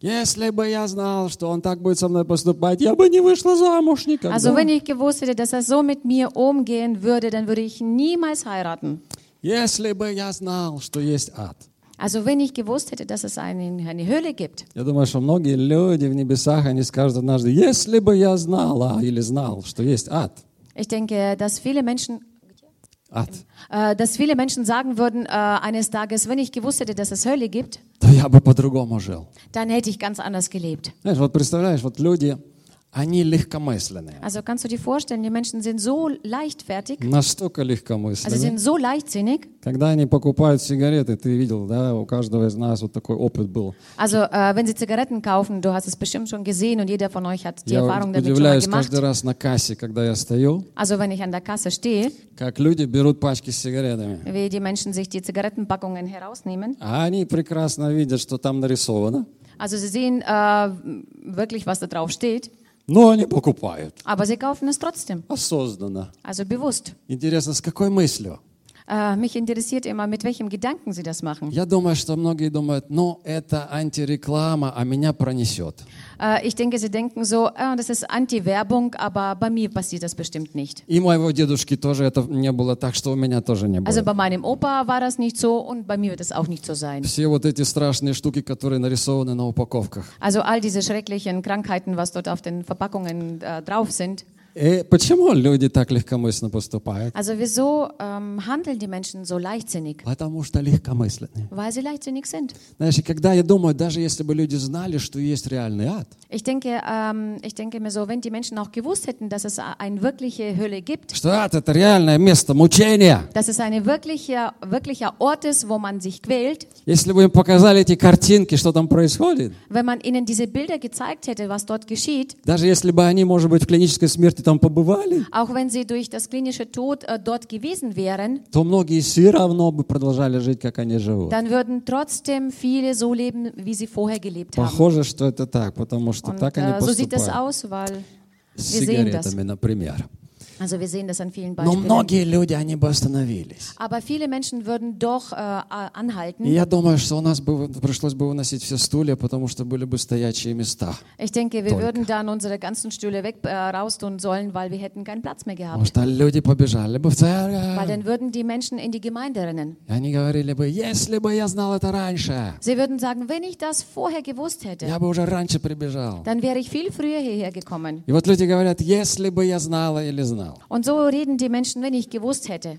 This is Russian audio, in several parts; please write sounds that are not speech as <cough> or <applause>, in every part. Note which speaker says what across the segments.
Speaker 1: Если бы я знал, что он так будет со мной поступать, я бы не вышла замуж никогда.
Speaker 2: Also wenn ich gewusst hätte, dass er so mit mir umgehen würde, dann würde ich niemals heiraten.
Speaker 1: Если бы я знал, что есть ад.
Speaker 2: Also wenn ich gewusst hätte, dass es eine, eine Höhle gibt.
Speaker 1: Я думаю, что многие люди в небесах, они скажут однажды, если бы я знала или знал, что есть ад.
Speaker 2: Ich denke, dass viele Menschen,
Speaker 1: Ад.
Speaker 2: äh, dass viele Menschen sagen würden äh, eines Tages, wenn ich gewusst hätte, dass es Hölle gibt,
Speaker 1: То я бы по-другому жил.
Speaker 2: dann hätte ich ganz anders gelebt.
Speaker 1: Знаешь, вот представляешь, вот люди, они легкомысленные.
Speaker 2: Also kannst du dir vorstellen, die Menschen sind so leichtfertig,
Speaker 1: Настолько
Speaker 2: also
Speaker 1: легкомысленные.
Speaker 2: sind so leichtsinnig.
Speaker 1: Когда они покупают сигареты, ты видел, да, у каждого из нас вот такой опыт был.
Speaker 2: Also äh, wenn sie Zigaretten kaufen, du hast es bestimmt schon gesehen und jeder von euch hat die
Speaker 1: Я
Speaker 2: Erfahrung
Speaker 1: вот
Speaker 2: damit schon mal
Speaker 1: удивляюсь
Speaker 2: gemacht.
Speaker 1: каждый раз на кассе, когда я стою,
Speaker 2: Also wenn ich an der Kasse stehe,
Speaker 1: как люди берут пачки с сигаретами.
Speaker 2: wie die Menschen sich die Zigarettenpackungen herausnehmen.
Speaker 1: А они прекрасно видят, что там нарисовано,
Speaker 2: Also sie sehen äh, wirklich, was da drauf steht,
Speaker 1: но они покупают
Speaker 2: aber sie kaufen es trotzdem,
Speaker 1: осознанно.
Speaker 2: also bewusst.
Speaker 1: Интересно, с какой мыслью?
Speaker 2: Äh, mich interessiert immer, mit welchem Gedanken sie das machen.
Speaker 1: Я думаю, что многие думают, ну, это антиреклама, а меня пронесет.
Speaker 2: Äh, ich denke, sie denken so, äh, das ist Anti-Werbung, aber bei mir passiert das bestimmt nicht.
Speaker 1: И моего дедушки тоже это не было так, что у меня тоже не
Speaker 2: Also
Speaker 1: было.
Speaker 2: bei meinem Opa war das nicht so und bei mir wird es auch nicht so sein.
Speaker 1: Все вот эти страшные штуки, которые narисованы на упаковках.
Speaker 2: Also all diese schrecklichen Krankheiten, was dort auf den Verpackungen äh, drauf
Speaker 1: И
Speaker 2: sind.
Speaker 1: Э, почему люди так легкомысленно поступают?
Speaker 2: Also wieso ähm, handeln die Menschen so leichtsinnig?
Speaker 1: Потому что легкомысленные.
Speaker 2: Weil sie leichtsinnig sind.
Speaker 1: Знаешь, и когда я думаю, даже если бы люди знали, что есть реальный ад,
Speaker 2: Ich denke, ähm, ich denke mir so, wenn die Menschen auch gewusst hätten, dass es eine wirkliche Hölle gibt,
Speaker 1: что ад — это реальное место мучения.
Speaker 2: dass es ein wirklicher, wirklicher Ort ist, wo man sich quält,
Speaker 1: Если бы им показали эти картинки, что там происходит,
Speaker 2: wenn man ihnen diese Bilder gezeigt hätte, was dort geschieht,
Speaker 1: даже если бы они, может быть, в клинической смерти там побывали,
Speaker 2: auch wenn sie durch das klinische Tod äh, dort gewesen wären,
Speaker 1: то многие все равно бы продолжали жить, как они живут.
Speaker 2: dann würden trotzdem viele so leben, wie sie vorher gelebt haben.
Speaker 1: Похоже, что это так, потому что
Speaker 2: Und,
Speaker 1: так они
Speaker 2: äh, so sieht das
Speaker 1: поступают
Speaker 2: aus, weil
Speaker 1: с
Speaker 2: wir sehen das.
Speaker 1: сигаретами, например.
Speaker 2: Also wir sehen das an vielen
Speaker 1: Но
Speaker 2: Beispielen.
Speaker 1: многие люди, они бы остановились.
Speaker 2: Aber viele Menschen würden doch äh, a-
Speaker 1: И
Speaker 2: anhalten.
Speaker 1: я думаю, что у нас бы вы- пришлось бы выносить все стулья, потому что были бы стоячие места.
Speaker 2: Ich denke, wir
Speaker 1: Tolka.
Speaker 2: würden dann unsere ganzen Stühle weg äh, raustun sollen, weil wir hätten keinen Platz mehr
Speaker 1: Потому
Speaker 2: gehabt.
Speaker 1: что а люди побежали бы в
Speaker 2: Weil
Speaker 1: церковь.
Speaker 2: dann würden die Menschen in die Gemeinde rennen.
Speaker 1: И они говорили бы, если бы я знал это раньше,
Speaker 2: Sie würden sagen, wenn ich das vorher gewusst hätte,
Speaker 1: я бы уже раньше прибежал.
Speaker 2: dann wäre ich viel früher hierher gekommen.
Speaker 1: И вот люди говорят, если бы я знала или знал.
Speaker 2: Und so reden die Menschen, wenn ich gewusst hätte.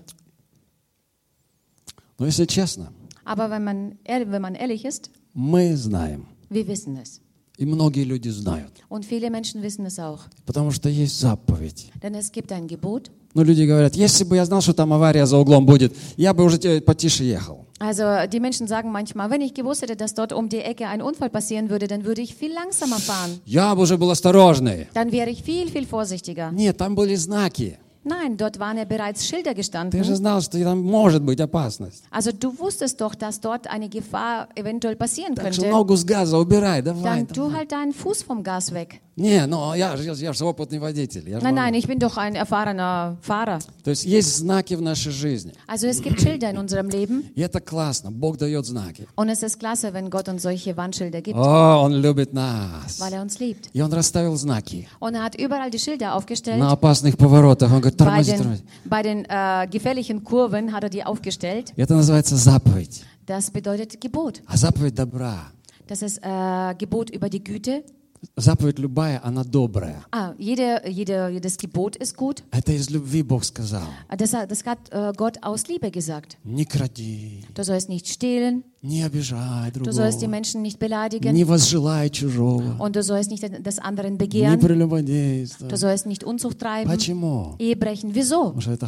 Speaker 1: Но если честно,
Speaker 2: Aber wenn man, ehr- wenn man ehrlich ist,
Speaker 1: мы знаем.
Speaker 2: wir wissen es.
Speaker 1: И многие люди знают.
Speaker 2: Und viele Menschen wissen es auch.
Speaker 1: Потому что есть заповедь.
Speaker 2: Denn es gibt ein Gebot.
Speaker 1: Но люди говорят, если бы я знал, что там авария за углом будет, я бы уже те- потише ехал.
Speaker 2: Also die Menschen sagen manchmal, wenn ich gewusst hätte, dass dort um die Ecke ein Unfall passieren würde, dann würde ich viel langsamer fahren.
Speaker 1: Я бы уже был осторожный.
Speaker 2: Dann wäre ich viel, viel vorsichtiger.
Speaker 1: Нет, там были знаки.
Speaker 2: Nein, dort waren ja bereits Schilder
Speaker 1: Ты же
Speaker 2: gestanden.
Speaker 1: знал, что там может быть опасность.
Speaker 2: Also du wusstest doch, dass dort eine Gefahr eventuell passieren
Speaker 1: Так что
Speaker 2: könnte.
Speaker 1: ногу с газа убирай, давай.
Speaker 2: Dann
Speaker 1: там.
Speaker 2: tu halt deinen Fuß vom Gas weg.
Speaker 1: Не, ну я, же- я же опытный водитель. я же
Speaker 2: Nein,
Speaker 1: могу.
Speaker 2: nein, ich bin doch ein erfahrener Fahrer.
Speaker 1: То есть есть знаки в нашей жизни.
Speaker 2: Also es gibt Schilder in unserem Leben
Speaker 1: И это классно. Бог дает знаки.
Speaker 2: und es ist klasse, wenn Gott uns solche Warnschilder gibt,
Speaker 1: О, Он любит нас.
Speaker 2: weil er uns liebt.
Speaker 1: И Он расставил знаки
Speaker 2: Und er hat überall die Schilder aufgestellt.
Speaker 1: на опасных поворотах. Он говорит,
Speaker 2: Bei
Speaker 1: тормози, тормози.
Speaker 2: den, bei den äh, gefährlichen Kurven hat er die aufgestellt.
Speaker 1: Это называется заповедь.
Speaker 2: Das bedeutet Gebot.
Speaker 1: А заповедь добра.
Speaker 2: Das ist äh, Gebot über die Güte.
Speaker 1: Заповедь любая, она добрая.
Speaker 2: Ah, jede, jede, jedes Gebot ist gut.
Speaker 1: Это из любви Бог сказал.
Speaker 2: Das, hat- das hat äh, Gott aus Liebe gesagt.
Speaker 1: Не кради,
Speaker 2: Du sollst nicht stehlen,
Speaker 1: не обижай
Speaker 2: du sollst die
Speaker 1: другого,
Speaker 2: Menschen nicht beleidigen
Speaker 1: не возжелай чужого,
Speaker 2: und du sollst nicht des anderen
Speaker 1: не
Speaker 2: begehren, du
Speaker 1: прелюбодействуй.
Speaker 2: sollst nicht Unzucht treiben,
Speaker 1: Почему?
Speaker 2: Ehe brechen. Wieso?
Speaker 1: Потому что это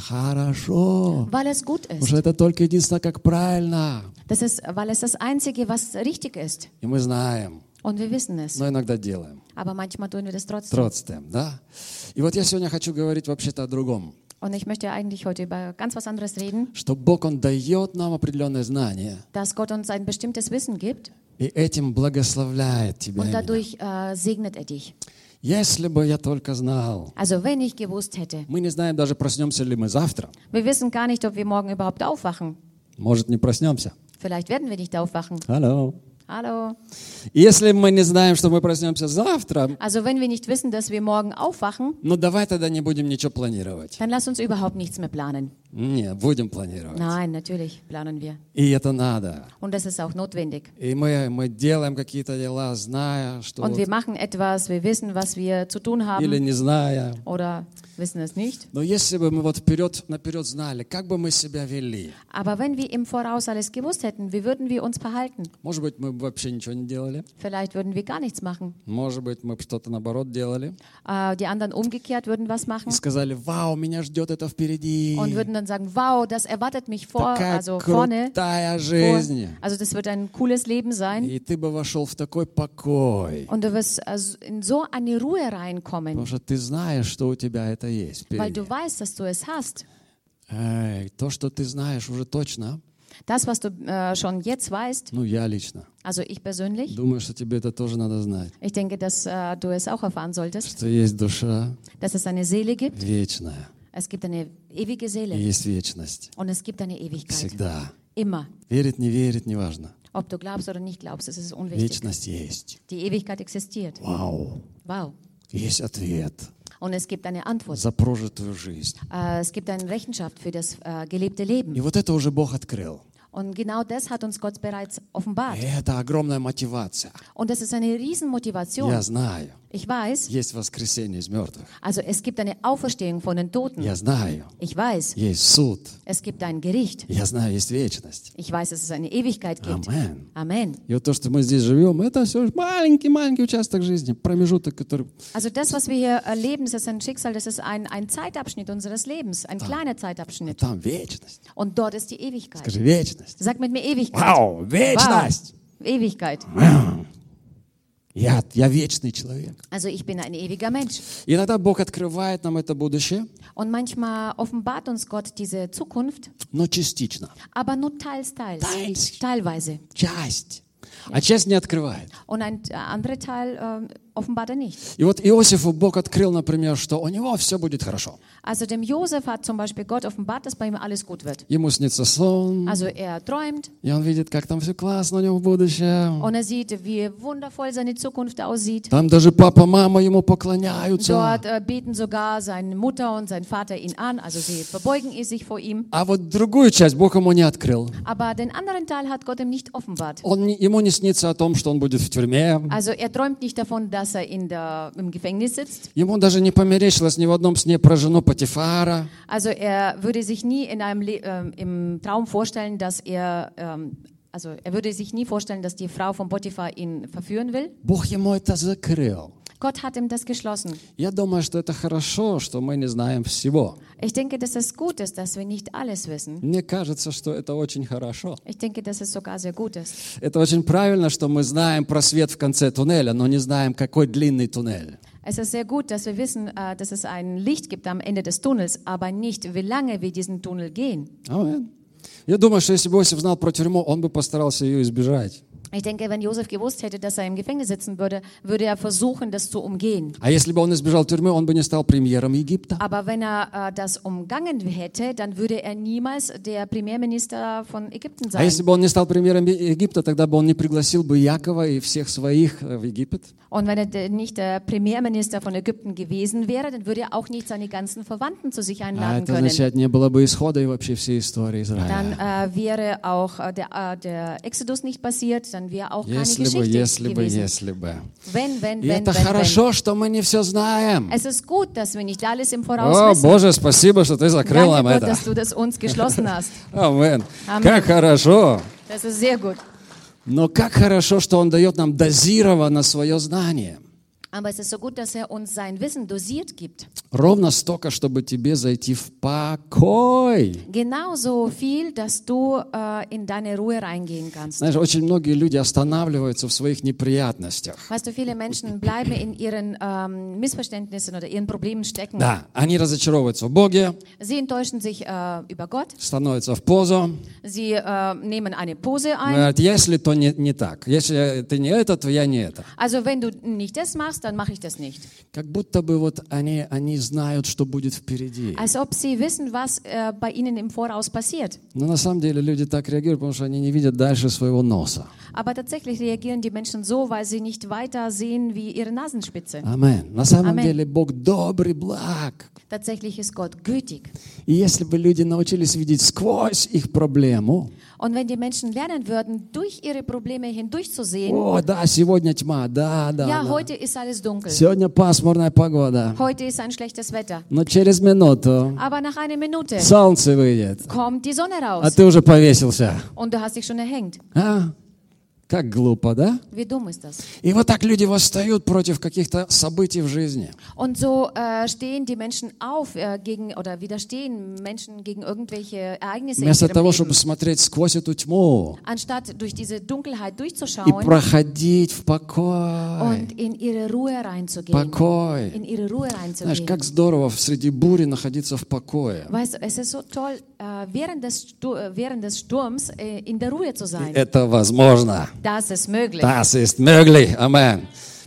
Speaker 1: хорошо.
Speaker 2: Weil es gut
Speaker 1: Потому
Speaker 2: ist.
Speaker 1: что это только единственное, как правильно.
Speaker 2: Das ist, weil es das Einzige, was richtig ist.
Speaker 1: И мы знаем,
Speaker 2: Und wir wissen es.
Speaker 1: но иногда делаем.
Speaker 2: Aber manchmal tun wir das trotzdem.
Speaker 1: Тротстем, да? И вот я сегодня хочу говорить вообще-то о другом.
Speaker 2: Und ich möchte eigentlich heute über ganz was anderes reden,
Speaker 1: Что Бог, Он дает нам определенное знание,
Speaker 2: dass Gott uns ein bestimmtes Wissen gibt.
Speaker 1: и этим благословляет тебя.
Speaker 2: Und
Speaker 1: и меня.
Speaker 2: dadurch äh, segnet er dich.
Speaker 1: Если бы я только знал.
Speaker 2: Also wenn ich gewusst hätte.
Speaker 1: Мы не знаем даже, проснемся ли мы завтра.
Speaker 2: Wir wissen gar nicht, ob wir morgen überhaupt aufwachen.
Speaker 1: Может, не проснемся.
Speaker 2: Vielleicht werden wir nicht aufwachen.
Speaker 1: Алло.
Speaker 2: Hallo.
Speaker 1: Если мы не знаем, что мы проснемся завтра,
Speaker 2: Also wenn wir nicht wissen, dass wir morgen aufwachen,
Speaker 1: ну давай тогда не будем ничего планировать.
Speaker 2: dann lass uns überhaupt nichts mehr planen.
Speaker 1: Не, будем планировать.
Speaker 2: Nein, natürlich planen wir.
Speaker 1: И это надо.
Speaker 2: Und das ist auch notwendig.
Speaker 1: И мы, мы делаем какие-то дела, зная, что...
Speaker 2: Und
Speaker 1: вот-
Speaker 2: wir machen etwas, wir wissen, was wir zu tun
Speaker 1: или
Speaker 2: haben
Speaker 1: не зная.
Speaker 2: oder wissen es nicht.
Speaker 1: Но если бы мы вот вперед, наперед знали, как бы мы себя вели,
Speaker 2: Aber wenn wir im Voraus alles gewusst hätten, wie würden wir uns verhalten?
Speaker 1: может быть, мы бы вообще ничего не делали,
Speaker 2: Vielleicht würden wir gar nichts machen.
Speaker 1: может быть, мы бы что-то наоборот делали
Speaker 2: Äh, die anderen umgekehrt würden was machen
Speaker 1: и сказали, вау, меня ждет это впереди,
Speaker 2: und würden dann sagen, wow, das erwartet mich vor,
Speaker 1: такая
Speaker 2: also vorne.
Speaker 1: крутая
Speaker 2: Vor,
Speaker 1: жизнь.
Speaker 2: also das wird ein cooles Leben sein.
Speaker 1: И ты бы вошел в такой покой,
Speaker 2: Und du wirst also in so eine Ruhe reinkommen,
Speaker 1: потому что ты знаешь, что у тебя это есть
Speaker 2: weil
Speaker 1: впереди.
Speaker 2: du weißt, dass du es hast.
Speaker 1: Эй, то, что ты знаешь уже точно,
Speaker 2: Das, was du äh, schon jetzt weißt,
Speaker 1: ну я лично,
Speaker 2: also ich persönlich,
Speaker 1: думаю, что тебе это тоже надо знать,
Speaker 2: ich denke, dass äh, du es auch erfahren solltest,
Speaker 1: что есть душа
Speaker 2: dass es eine Seele gibt.
Speaker 1: вечная,
Speaker 2: Es gibt eine ewige
Speaker 1: и
Speaker 2: Seele
Speaker 1: есть вечность
Speaker 2: und es gibt eine Ewigkeit.
Speaker 1: всегда.
Speaker 2: Immer.
Speaker 1: Верит, не верит, неважно.
Speaker 2: Ob du glaubst oder nicht glaubst, es ist unwichtig.
Speaker 1: Вечность есть.
Speaker 2: Die Ewigkeit existiert.
Speaker 1: Вау.
Speaker 2: Wow.
Speaker 1: Есть ответ
Speaker 2: Und es gibt eine Antwort.
Speaker 1: за прожитую жизнь.
Speaker 2: Äh, es gibt eine Rechenschaft für das äh, gelebte
Speaker 1: И
Speaker 2: Leben.
Speaker 1: вот это уже Бог открыл.
Speaker 2: Und genau das hat uns Gott bereits
Speaker 1: И
Speaker 2: offenbart.
Speaker 1: это огромная мотивация.
Speaker 2: Und das ist eine Riesenmotivation.
Speaker 1: Я знаю.
Speaker 2: Ich weiß,
Speaker 1: Есть воскресение из мертвых.
Speaker 2: also es gibt eine Auferstehung von den Toten.
Speaker 1: Я знаю.
Speaker 2: Ich weiß,
Speaker 1: Есть суд.
Speaker 2: es gibt ein Gericht.
Speaker 1: Я знаю, есть вечность.
Speaker 2: Ich weiß, dass es eine Ewigkeit gibt.
Speaker 1: Амен.
Speaker 2: Amen.
Speaker 1: И вот то, что мы здесь живем, это все маленький-маленький участок жизни, промежуток, который...
Speaker 2: Also das, was wir hier erleben, das ist ein Schicksal, das ist ein, ein Zeitabschnitt unseres Lebens, ein kleiner
Speaker 1: А
Speaker 2: Zeitabschnitt.
Speaker 1: там вечность.
Speaker 2: Und dort ist die Ewigkeit.
Speaker 1: Скажи, вечность.
Speaker 2: Sag mit mir Ewigkeit.
Speaker 1: Вау, вечность!
Speaker 2: Ewigkeit.
Speaker 1: Я, я вечный человек.
Speaker 2: Also ich bin ein ewiger Mensch.
Speaker 1: И иногда Бог открывает нам это будущее,
Speaker 2: Und manchmal offenbart uns Gott diese Zukunft,
Speaker 1: но частично.
Speaker 2: aber nur teils, teils.
Speaker 1: Teils.
Speaker 2: Teilweise.
Speaker 1: часть, а часть не открывает.
Speaker 2: Und ein äh, anderer Teil ähm, offenbart er nicht.
Speaker 1: И вот Иосифу Бог открыл, например, что у него все будет хорошо.
Speaker 2: Also dem Josef hat zum Beispiel Gott offenbart, dass bei ihm alles gut wird.
Speaker 1: Ему снится сон,
Speaker 2: Also er träumt
Speaker 1: и он видит, как там все классно у него в будущем.
Speaker 2: und er sieht, wie wundervoll seine Zukunft aussieht.
Speaker 1: Там даже папа, мама ему поклоняются.
Speaker 2: Dort äh, beten sogar seine Mutter und sein Vater ihn an, also sie verbeugen ihn sich vor ihm.
Speaker 1: А вот другую часть Бог ему не открыл.
Speaker 2: Aber den anderen Teil hat Gott ihm nicht offenbart.
Speaker 1: Он, не- ему не снится о том, что он будет в тюрьме.
Speaker 2: Also er träumt nicht davon, dass er in der, im Gefängnis sitzt.
Speaker 1: Ему даже не померещилось ни в одном сне про жену Патифара.
Speaker 2: Also er würde sich nie in einem Le ähm, im Traum vorstellen, dass er ähm, also er würde sich nie vorstellen, dass die Frau von Potiphar ihn verführen will.
Speaker 1: Бог ему это закрыл.
Speaker 2: Gott hat ihm das geschlossen.
Speaker 1: Я думаю, что это хорошо, что мы не знаем всего.
Speaker 2: Ich denke, dass es gut ist, dass wir nicht alles wissen.
Speaker 1: Мне кажется, что это очень хорошо.
Speaker 2: Ich denke, dass es sogar sehr gut ist.
Speaker 1: Это очень правильно, что мы знаем про свет в конце туннеля, но не знаем, какой длинный туннель.
Speaker 2: Es ist sehr gut, dass wir wissen, äh, dass es ein Licht gibt am Ende des Tunnels, aber nicht, wie lange wir diesen Tunnel gehen.
Speaker 1: Амен. Я думаю, что если бы Иосиф знал про тюрьму, он бы постарался ее избежать.
Speaker 2: Ich denke, wenn Josef gewusst hätte, dass er im Gefängnis sitzen würde, würde er versuchen, das zu umgehen.
Speaker 1: А если бы он избежал тюрьмы, он бы не стал премьером Египта.
Speaker 2: Aber wenn er äh, das umgangen hätte, dann würde er niemals der Premierminister von Ägypten
Speaker 1: А
Speaker 2: sein.
Speaker 1: если бы он не стал премьером Е- Египта, тогда бы он не пригласил бы Якова и всех своих э, в Египет.
Speaker 2: Und wenn er de- nicht der Premierminister von Ägypten gewesen wäre, dann würde er auch nicht seine ganzen Verwandten zu sich
Speaker 1: А
Speaker 2: einladen
Speaker 1: это
Speaker 2: können.
Speaker 1: означает, не было бы исхода и вообще всей истории
Speaker 2: dann
Speaker 1: Израиля.
Speaker 2: äh, wäre auch äh, der, äh, der Exodus nicht passiert, dann wäre auch keine
Speaker 1: Если бы,
Speaker 2: Geschichte
Speaker 1: если бы,
Speaker 2: gewesen.
Speaker 1: если бы.
Speaker 2: Wenn, wenn,
Speaker 1: И
Speaker 2: wenn,
Speaker 1: это
Speaker 2: wenn, wenn.
Speaker 1: хорошо, что мы не все знаем.
Speaker 2: Es ist gut, dass wir nicht alles im Voraus
Speaker 1: О,
Speaker 2: wissen.
Speaker 1: Боже, спасибо, что ты закрыл нам
Speaker 2: Danke Gott,
Speaker 1: это.
Speaker 2: dass du das uns geschlossen hast.
Speaker 1: Амен.
Speaker 2: Амен.
Speaker 1: Как хорошо.
Speaker 2: Das ist sehr gut.
Speaker 1: Но как хорошо, что Он дает нам дозированно свое знание.
Speaker 2: Aber es ist so gut, dass er uns sein Wissen dosiert gibt.
Speaker 1: Ровно столько, чтобы тебе зайти в покой.
Speaker 2: Genauso viel, dass du äh, in deine Ruhe reingehen kannst.
Speaker 1: Знаешь, очень многие люди останавливаются в своих неприятностях.
Speaker 2: Weißt du, viele Menschen bleiben in ihren ähm, Missverständnissen oder ihren Problemen stecken.
Speaker 1: Да, они разочаровываются в Боге,
Speaker 2: Sie enttäuschen sich äh, über Gott,
Speaker 1: становятся в позу.
Speaker 2: sie äh, nehmen eine Pose ein.
Speaker 1: Говорят, если, то не, не так. Если ты не это, то я не это.
Speaker 2: Also wenn du nicht das machst, passt, dann mache ich das nicht.
Speaker 1: Как будто бы вот они, они знают, что будет впереди.
Speaker 2: Als ob sie wissen, was äh, bei ihnen im Voraus passiert.
Speaker 1: Но на самом деле люди так реагируют, потому что они не видят дальше своего носа.
Speaker 2: Aber tatsächlich reagieren die Menschen so, weil sie nicht weiter sehen wie ihre Nasenspitze.
Speaker 1: Амин. На самом
Speaker 2: Аминь.
Speaker 1: деле Бог добрый, благ.
Speaker 2: Tatsächlich ist Gott gütig.
Speaker 1: И если бы люди научились видеть сквозь их проблему,
Speaker 2: Und wenn die Menschen lernen würden, durch ihre Probleme hindurchzusehen,
Speaker 1: о, да, сегодня тьма, да, да,
Speaker 2: ja,
Speaker 1: да.
Speaker 2: heute ist alles dunkel,
Speaker 1: сегодня пасмурная погода,
Speaker 2: heute ist ein schlechtes Wetter,
Speaker 1: но через минуту
Speaker 2: aber nach einer Minute
Speaker 1: солнце выйдет,
Speaker 2: kommt die Sonne
Speaker 1: а
Speaker 2: raus
Speaker 1: ты уже повесился.
Speaker 2: und du hast dich schon erhängt.
Speaker 1: А? Как глупо, да?
Speaker 2: Wie dumm ist das?
Speaker 1: И вот так люди восстают против каких-то событий в жизни.
Speaker 2: Und so äh, stehen die Menschen auf äh, gegen oder widerstehen Menschen gegen irgendwelche Ereignisse, in
Speaker 1: Вместо
Speaker 2: ihrem
Speaker 1: того,
Speaker 2: Leben,
Speaker 1: чтобы смотреть сквозь эту тьму
Speaker 2: anstatt durch diese Dunkelheit
Speaker 1: и
Speaker 2: durchzuschauen
Speaker 1: проходить в покой.
Speaker 2: und in ihre Ruhe reinzugehen.
Speaker 1: Покой.
Speaker 2: In ihre Ruhe
Speaker 1: Знаешь,
Speaker 2: reinzugehen.
Speaker 1: как здорово среди бури находиться в покое.
Speaker 2: Weißt du, es ist so toll, äh, während, des Stu- äh, während des Sturms äh, in der Ruhe zu sein.
Speaker 1: Это возможно.
Speaker 2: Das ist möglich,
Speaker 1: Das ist möglich. Амен.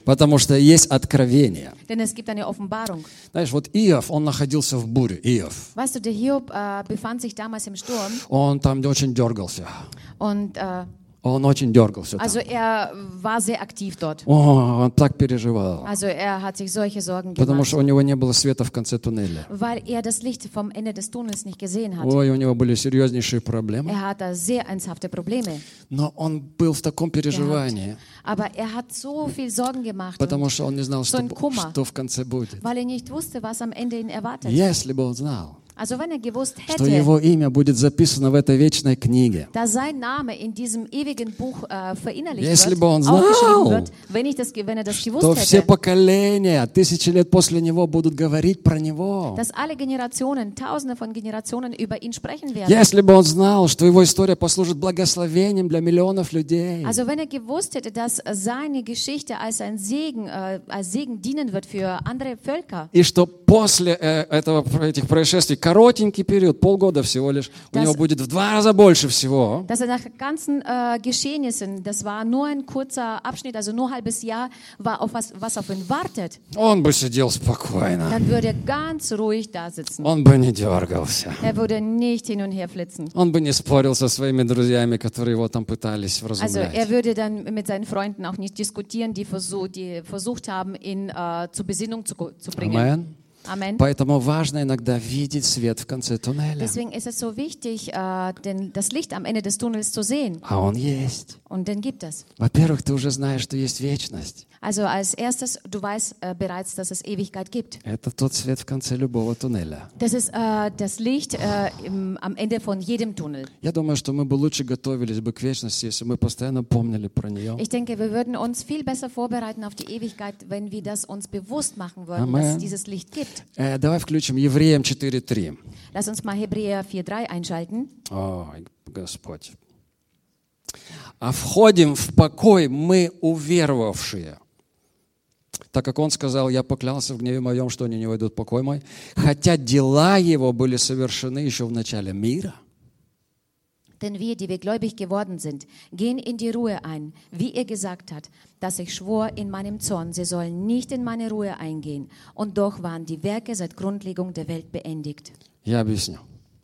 Speaker 1: Потому что есть откровение.
Speaker 2: denn es gibt eine Offenbarung.
Speaker 1: Знаешь, вот Иов, он находился в буре. Иов.
Speaker 2: Weißt du, der Hiob äh, befand sich damals im Sturm
Speaker 1: Он там очень дергался.
Speaker 2: und äh,
Speaker 1: Он очень дергался. там.
Speaker 2: also er war sehr aktiv dort.
Speaker 1: О, он так переживал.
Speaker 2: Also er hat sich solche Sorgen
Speaker 1: Потому
Speaker 2: gemacht,
Speaker 1: что у него не было света в конце туннеля.
Speaker 2: weil er das Licht vom Ende des Tunnels nicht gesehen hat.
Speaker 1: Ой, у него были серьезнейшие проблемы.
Speaker 2: Er hatte sehr ernsthafte Probleme.
Speaker 1: Но он был в таком переживании,
Speaker 2: Gehabt. Aber er hat so viel Sorgen gemacht, und,
Speaker 1: потому что он не знал, что,
Speaker 2: So ein
Speaker 1: бу-
Speaker 2: Kummer.
Speaker 1: что в конце будет.
Speaker 2: weil er nicht wusste, was am Ende ihn erwartet.
Speaker 1: Если бы он знал,
Speaker 2: Also wenn er gewusst
Speaker 1: что
Speaker 2: hätte,
Speaker 1: его имя будет записано в этой вечной книге,
Speaker 2: da sein Name in diesem ewigen Buch äh, verinnerlicht
Speaker 1: Если
Speaker 2: wird,
Speaker 1: бы он
Speaker 2: aufgeschrieben
Speaker 1: знал,
Speaker 2: wird, wenn, ich das, ge- wenn er das
Speaker 1: то
Speaker 2: gewusst
Speaker 1: все
Speaker 2: hätte,
Speaker 1: поколения, тысячи лет после него будут говорить про него.
Speaker 2: dass alle Generationen, Tausende von Generationen über ihn sprechen werden.
Speaker 1: Если бы он знал, что его история послужит благословением для миллионов людей,
Speaker 2: Also wenn er gewusst hätte, dass seine Geschichte als ein Segen, äh, als Segen dienen wird für andere Völker,
Speaker 1: и что после э, этого, этих происшествий, коротенький период, полгода всего лишь, у
Speaker 2: Das-
Speaker 1: него будет в два раза больше всего,
Speaker 2: dass er nach ganzen äh, Geschehnissen, das war nur ein kurzer Abschnitt, also nur ein halbes Jahr, war auf was, was auf ihn wartet,
Speaker 1: он бы сидел спокойно,
Speaker 2: dann würde er ganz руhig da sitzen.
Speaker 1: он бы не дергался.
Speaker 2: Er würde nicht hin und her flitzen.
Speaker 1: Он бы не спорил со своими друзьями, которые его там пытались
Speaker 2: Also er
Speaker 1: вразумлять.
Speaker 2: würde dann mit seinen Freunden auch nicht diskutieren, die, versuch, die versucht haben, ihn äh, zur Besinnung zu, zu bringen.
Speaker 1: Amen.
Speaker 2: Amen.
Speaker 1: Поэтому важно иногда видеть свет в конце туннеля.
Speaker 2: Deswegen ist es so wichtig, äh, denn das Licht am Ende des Tunnels zu sehen.
Speaker 1: А он есть.
Speaker 2: Und dann gibt es.
Speaker 1: Во-первых, ты уже знаешь, что есть вечность.
Speaker 2: Also als erstes, du weißt äh, bereits, dass es Ewigkeit gibt.
Speaker 1: Это тот свет в конце любого туннеля.
Speaker 2: Das ist äh, das Licht äh, im, am Ende von jedem Tunnel.
Speaker 1: Я думаю, что мы бы лучше готовились бы к вечности, если мы постоянно помнили про нее.
Speaker 2: Ich denke, wir würden uns viel besser vorbereiten auf die Ewigkeit, wenn wir das uns bewusst machen würden,
Speaker 1: Amen.
Speaker 2: dass es dieses Licht gibt.
Speaker 1: Э, давай включим Евреям 4.3.
Speaker 2: Lass uns mal Hebräer 4.3 einschalten.
Speaker 1: Ой, Господь. А входим в покой мы, уверовавшие. Так как он сказал, я поклялся в гневе моем, что они не войдут в покой мой, хотя дела его были совершены еще в начале мира.
Speaker 2: Denn wir, die wir gläubig geworden sind, gehen in die Ruhe ein, wie ihr gesagt hat, dass ich schwor in meinem Zorn, sie sollen nicht in meine Ruhe eingehen. Und doch waren die Werke seit Grundlegung der Welt beendigt.
Speaker 1: Я объясню.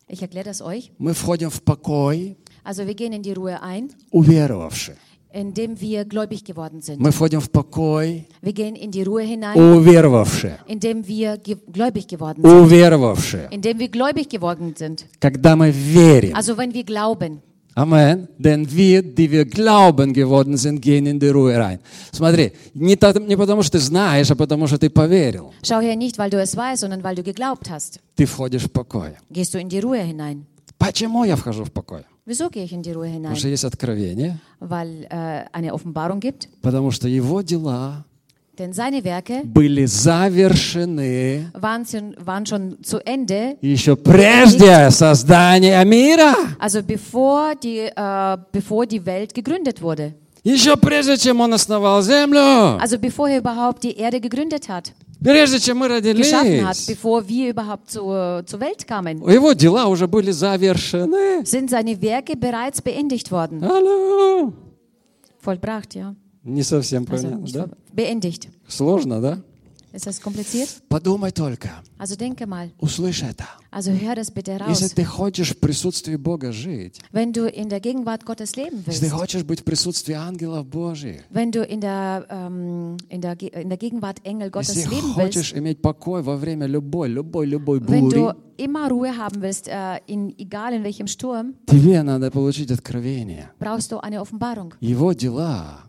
Speaker 2: Ich erkläre das euch.
Speaker 1: Мы входим в покой,
Speaker 2: Also wir gehen in die Ruhe ein,
Speaker 1: уверовавшие.
Speaker 2: indem wir gläubig geworden sind.
Speaker 1: Мы входим в покой,
Speaker 2: Wir gehen in die Ruhe hinein,
Speaker 1: уверовавшие.
Speaker 2: indem wir ge gläubig geworden sind.
Speaker 1: Уверовавшие.
Speaker 2: Indem wir gläubig geworden sind.
Speaker 1: Когда мы верим,
Speaker 2: Also wenn wir glauben.
Speaker 1: Amen. Denn wir, die wir glauben geworden sind, gehen in die Ruhe rein. Смотри, не, та- не потому, что ты знаешь, а потому, что ты поверил.
Speaker 2: Schau her nicht, weil du es weißt, sondern weil du geglaubt hast.
Speaker 1: Ты входишь в покой.
Speaker 2: Gehst du in die Ruhe hinein.
Speaker 1: Почему я вхожу в покой?
Speaker 2: Wieso gehe ich in die Ruhe
Speaker 1: Потому
Speaker 2: hinein?
Speaker 1: что есть откровение,
Speaker 2: Weil äh, eine Offenbarung gibt.
Speaker 1: потому что его дела
Speaker 2: Denn seine Werke
Speaker 1: были завершены
Speaker 2: waren, schon- waren schon zu Ende.
Speaker 1: еще прежде создания мира.
Speaker 2: Also bevor die, äh, bevor die Welt gegründet wurde.
Speaker 1: Еще прежде, чем он основал землю.
Speaker 2: Also bevor er überhaupt die Erde gegründet hat.
Speaker 1: Прежде, чем мы
Speaker 2: geschaffen hat,
Speaker 1: родились.
Speaker 2: bevor wir überhaupt zur, zur Welt kamen,
Speaker 1: Его дела уже были завершены.
Speaker 2: sind seine Werke bereits beendigt worden.
Speaker 1: Алло.
Speaker 2: Vollbracht, ja.
Speaker 1: Не совсем
Speaker 2: Also,
Speaker 1: правильно, да?
Speaker 2: beendigt.
Speaker 1: Сложно, да?
Speaker 2: Ist das kompliziert?
Speaker 1: Подумай только,
Speaker 2: Also denke mal.
Speaker 1: услышь это.
Speaker 2: Also hör das bitte
Speaker 1: Если
Speaker 2: raus.
Speaker 1: ты хочешь в присутствии Бога жить,
Speaker 2: Wenn du in der Gegenwart Gottes leben
Speaker 1: если ты
Speaker 2: willst,
Speaker 1: хочешь быть в присутствии ангелов Божьих,
Speaker 2: wenn du in der, ähm, in der, Ge- in der Gegenwart
Speaker 1: если
Speaker 2: Engel Gottes leben willst,
Speaker 1: хочешь иметь покой во время любой, любой, любой
Speaker 2: wenn
Speaker 1: бури,
Speaker 2: du immer Ruhe haben willst, äh, in, egal in welchem Sturm,
Speaker 1: тебе надо получить откровение.
Speaker 2: brauchst du eine Offenbarung.
Speaker 1: Его дела